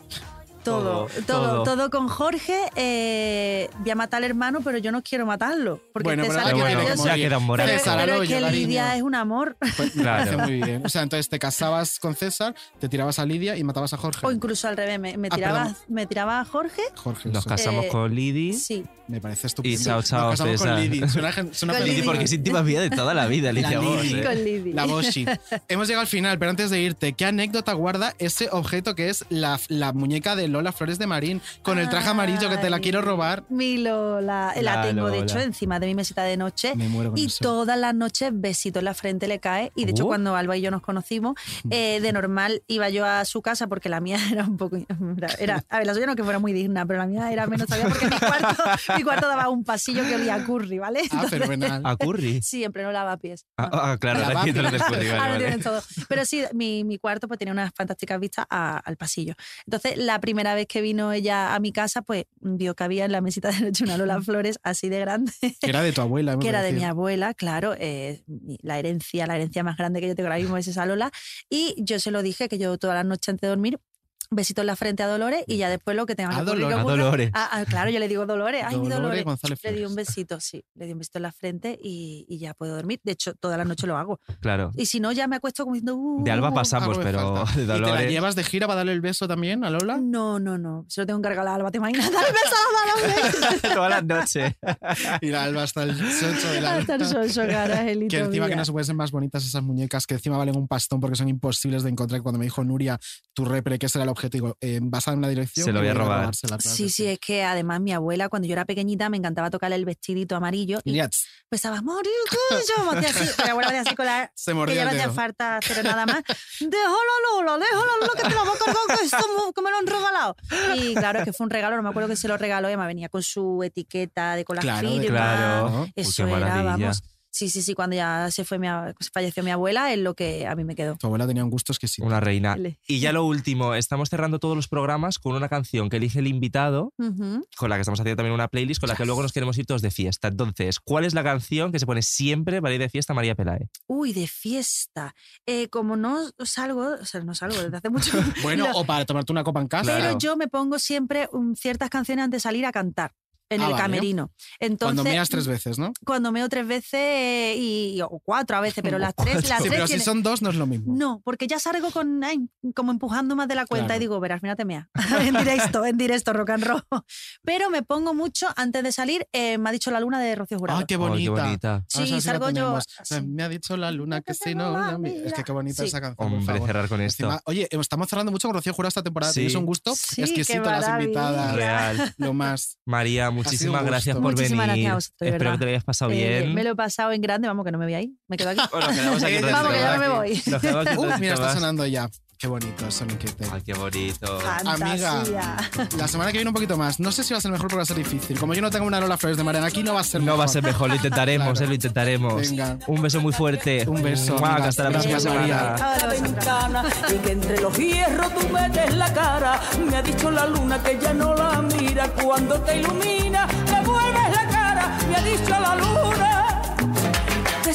[SPEAKER 4] Todo, todo, todo, con Jorge. eh, voy a matar al hermano, pero yo no quiero matarlo. Porque
[SPEAKER 2] Bueno,
[SPEAKER 4] te
[SPEAKER 2] pero
[SPEAKER 4] sale
[SPEAKER 2] hay que
[SPEAKER 4] que
[SPEAKER 2] tener
[SPEAKER 4] Dios-
[SPEAKER 2] como
[SPEAKER 3] Ya queda un moral.
[SPEAKER 4] Pero,
[SPEAKER 2] César,
[SPEAKER 4] pero
[SPEAKER 2] al
[SPEAKER 4] es que
[SPEAKER 2] hoyo, cariño.
[SPEAKER 4] Lidia es un amor.
[SPEAKER 2] Pues me parece
[SPEAKER 3] Claro.
[SPEAKER 2] muy bien. O sea, entonces te casabas con César, te tirabas a Lidia y matabas a Jorge.
[SPEAKER 4] O incluso al revés, me, me
[SPEAKER 2] Ah,
[SPEAKER 4] tiraba,
[SPEAKER 2] perdón.
[SPEAKER 4] me tiraba a Jorge.
[SPEAKER 2] Jorge.
[SPEAKER 3] Nos
[SPEAKER 2] sí.
[SPEAKER 3] casamos
[SPEAKER 4] Eh,
[SPEAKER 3] con Lidi.
[SPEAKER 4] Sí.
[SPEAKER 2] Me parece estupendo.
[SPEAKER 3] Y chao, chao,
[SPEAKER 2] Nos casamos
[SPEAKER 3] César.
[SPEAKER 2] con Lidi. Suena, gen- suena
[SPEAKER 4] Con
[SPEAKER 2] fenomenal.
[SPEAKER 3] Lidi, porque es íntima mía de toda la vida, Lidia
[SPEAKER 2] La
[SPEAKER 3] vos.
[SPEAKER 2] Lidi.
[SPEAKER 3] ¿eh?
[SPEAKER 4] Con Lidi.
[SPEAKER 2] La Boshi. Hemos llegado al final, pero antes de irte, ¿qué anécdota guarda ese objeto que es la, la muñeca de Lola Flores de Marín con el traje amarillo que te la
[SPEAKER 4] Ay.
[SPEAKER 2] quiero robar?
[SPEAKER 4] Mi Lola, la,
[SPEAKER 2] La
[SPEAKER 4] tengo de hecho
[SPEAKER 2] Lola.
[SPEAKER 4] encima de mi mesita de noche
[SPEAKER 2] Me muero con
[SPEAKER 4] y
[SPEAKER 2] eso.
[SPEAKER 4] todas las noches besito en la frente le cae y de hecho
[SPEAKER 2] Uh.
[SPEAKER 4] cuando Alba y yo nos conocimos
[SPEAKER 2] Mm.
[SPEAKER 4] eh, de normal iba yo a su casa porque la mía era un poco era, a ver la suya no que fuera muy digna pero la mía era menos todavía porque mi cuarto, mi cuarto daba un pasillo que olía a curry ¿vale?
[SPEAKER 2] Ah,
[SPEAKER 4] Entonces-
[SPEAKER 2] fenomenal.
[SPEAKER 3] ¿A curry?
[SPEAKER 4] Sí, en pleno lavapiés
[SPEAKER 3] Ah, ah, claro,
[SPEAKER 2] La
[SPEAKER 3] ahora
[SPEAKER 2] Bambi.
[SPEAKER 3] entiendo lo del curry, vale,
[SPEAKER 4] Ah, lo
[SPEAKER 3] vale.
[SPEAKER 4] tienen todo. Pero sí, mi, mi cuarto pues tenía unas fantásticas vistas a- al pasillo. Entonces, la primera vez que vino ella a mi casa, pues vio que había en la mesita de noche una Lola Flores así de grande,
[SPEAKER 2] Que era de tu abuela. hemos
[SPEAKER 4] que era de mi
[SPEAKER 2] decir.
[SPEAKER 4] abuela, claro, eh, mi- la herencia, la herencia más grande que yo tengo ahora mismo es esa Lola. Y yo se lo dije que yo todas las noches antes de dormir besito en la frente a Dolores y ya después lo que tenga
[SPEAKER 2] A
[SPEAKER 4] que ocurrir,
[SPEAKER 2] Dolores. A
[SPEAKER 4] que ocurra.
[SPEAKER 3] Dolores.
[SPEAKER 4] Ah, ah, claro, yo le digo Dolores, ay, mi
[SPEAKER 2] Dolores
[SPEAKER 4] Dolores.
[SPEAKER 2] González
[SPEAKER 4] le di
[SPEAKER 2] Flores.
[SPEAKER 4] un besito, sí, le di un besito en la frente y, y ya puedo dormir. De hecho, todas las noches lo hago.
[SPEAKER 3] Claro.
[SPEAKER 4] Y si no, ya me acuesto como diciendo. "Uh,
[SPEAKER 3] De Alba
[SPEAKER 4] uh".
[SPEAKER 3] pasamos,
[SPEAKER 2] Algo me
[SPEAKER 3] pero
[SPEAKER 2] falta.
[SPEAKER 3] de
[SPEAKER 2] ¿Y te la
[SPEAKER 3] Dolores.
[SPEAKER 2] llevas de gira para darle el beso también a Lola?
[SPEAKER 4] uh, No, no, no. Se lo tengo que encargar a Alba, te imaginas. Dale beso, dale beso.
[SPEAKER 3] Todas las noches.
[SPEAKER 2] Y la Alba hasta el socho de la
[SPEAKER 4] Hasta el socho, cara, Angelito
[SPEAKER 2] Que encima que
[SPEAKER 4] mía.
[SPEAKER 2] no se pueden ser más bonitas esas muñecas, que encima valen un pastón porque son imposibles de encontrar. Cuando me dijo Nuria, tu repre, ¿qué será el objeto? Digo, eh, basada en una dirección.
[SPEAKER 3] Se lo voy a
[SPEAKER 2] voy
[SPEAKER 3] robar.
[SPEAKER 2] robársela, claro que
[SPEAKER 4] Sí, eh, sí, es que además mi abuela, cuando yo era pequeñita, me encantaba tocarle el vestidito amarillo y
[SPEAKER 2] Liatz,
[SPEAKER 4] pensaba, morir, yo me hacía así, pero la abuela me hacía así con la.
[SPEAKER 2] Se
[SPEAKER 4] Que
[SPEAKER 2] mordía
[SPEAKER 4] ya no
[SPEAKER 2] el
[SPEAKER 4] hacía
[SPEAKER 2] dedo.
[SPEAKER 4] falta hacer nada más. Déjalo, Lola, déjalo, Lola, que te lo voy a cargar, que, esto mu- que me lo han regalado. Y claro, es que fue un regalo, no me acuerdo que se lo regaló Emma, venía con su etiqueta de con la
[SPEAKER 2] Claro,
[SPEAKER 4] firma.
[SPEAKER 3] Claro. Uy,
[SPEAKER 4] Eso
[SPEAKER 3] qué
[SPEAKER 4] era,
[SPEAKER 3] maravilla.
[SPEAKER 4] vamos. Sí, sí, sí, cuando ya se fue mi, ab- falleció mi abuela, es lo que a mí me quedó.
[SPEAKER 2] tu abuela tenía un gusto exquisito.
[SPEAKER 3] Una reina.
[SPEAKER 4] Ele.
[SPEAKER 3] Y ya lo último, estamos cerrando todos los programas con una canción que elige el invitado,
[SPEAKER 4] Ujú.
[SPEAKER 3] con la que estamos haciendo también una playlist, con la que luego nos queremos ir todos de fiesta. Entonces, ¿cuál es la canción que se pone siempre para ir de fiesta María Pelae?
[SPEAKER 4] Uy, de fiesta. Eh, como no salgo, o sea, no salgo desde hace mucho
[SPEAKER 2] Bueno,
[SPEAKER 4] lo-
[SPEAKER 2] o para tomarte una copa en casa.
[SPEAKER 4] pero
[SPEAKER 3] claro.
[SPEAKER 4] yo me pongo siempre um, ciertas canciones antes de salir a cantar en
[SPEAKER 2] Ah,
[SPEAKER 4] el
[SPEAKER 2] vale.
[SPEAKER 4] camerino. Entonces, mm,
[SPEAKER 2] cuando meas tres veces, ¿no?
[SPEAKER 4] Cuando meo tres veces eh, y, y- o cuatro a veces, pero las tres, las
[SPEAKER 2] Sí,
[SPEAKER 4] tres
[SPEAKER 2] pero si
[SPEAKER 4] tienen-
[SPEAKER 2] son dos no es lo mismo. Ah,
[SPEAKER 4] No, porque ya salgo con ay, como empujando más de la cuenta
[SPEAKER 2] Claro.
[SPEAKER 4] y digo, verás, mira, te mea. en directo, en directo, rock and roll. Pero me pongo mucho antes de salir, eh, me ha dicho la luna de Rocío Jurado.
[SPEAKER 2] Ah, qué
[SPEAKER 3] Ay,
[SPEAKER 2] bonita.
[SPEAKER 3] bonita.
[SPEAKER 2] Vamos
[SPEAKER 4] Sí,
[SPEAKER 2] a ver si la
[SPEAKER 4] salgo yo Ah,
[SPEAKER 2] ponemos.
[SPEAKER 4] así.
[SPEAKER 2] Eh, Me ha dicho la luna que si no. la mi- Es que qué bonita
[SPEAKER 4] Sí.
[SPEAKER 2] esa canción. por
[SPEAKER 3] Hombre,
[SPEAKER 2] favor.
[SPEAKER 3] cerrar con esto.
[SPEAKER 2] Encima, oye, estamos cerrando mucho con Rocío Jurado esta temporada.
[SPEAKER 3] Sí.
[SPEAKER 2] Tienes un gusto
[SPEAKER 4] Sí, qué
[SPEAKER 2] exquisito a las
[SPEAKER 4] maravilla.
[SPEAKER 2] invitadas.
[SPEAKER 3] Real.
[SPEAKER 2] Lo más.
[SPEAKER 3] María, muchísimas
[SPEAKER 2] gusto.
[SPEAKER 3] gracias por
[SPEAKER 4] Muchísimas
[SPEAKER 3] venir.
[SPEAKER 4] gracias a vosotros, de
[SPEAKER 3] Espero
[SPEAKER 4] verdad.
[SPEAKER 3] que te lo hayas pasado
[SPEAKER 4] Eh,
[SPEAKER 3] bien.
[SPEAKER 4] me lo he pasado en grande, vamos que no me voy ahí, me quedo aquí.
[SPEAKER 3] Bueno, quedamos aquí un ratito
[SPEAKER 4] vamos que ya
[SPEAKER 3] más.
[SPEAKER 4] no me voy.
[SPEAKER 3] Nos quedamos aquí un
[SPEAKER 2] Uh, mira,
[SPEAKER 3] ratito
[SPEAKER 2] está
[SPEAKER 3] más.
[SPEAKER 2] sonando ya. Qué bonito, Sonic Youth.
[SPEAKER 3] Ay, qué bonito.
[SPEAKER 4] Ah, Fantasía.
[SPEAKER 2] La semana que viene un poquito más. No sé si va a ser mejor porque va a ser difícil. Como yo no tengo una Lola Flores de Mariana, aquí no va a ser
[SPEAKER 3] No va a
[SPEAKER 2] mejor.
[SPEAKER 3] ser mejor, lo intentaremos,
[SPEAKER 2] Claro.
[SPEAKER 3] eh, lo intentaremos.
[SPEAKER 2] Venga.
[SPEAKER 3] Un beso muy fuerte.
[SPEAKER 2] Un beso,
[SPEAKER 3] Mua,
[SPEAKER 2] amiga.
[SPEAKER 3] hasta la próxima
[SPEAKER 2] Gracias, María.
[SPEAKER 3] semana.
[SPEAKER 5] la ventana y que entre los hierros tú metes la cara. Me ha dicho la luna que ya no la mira cuando te ilumina, te vuelves la cara. Me ha dicho la luna que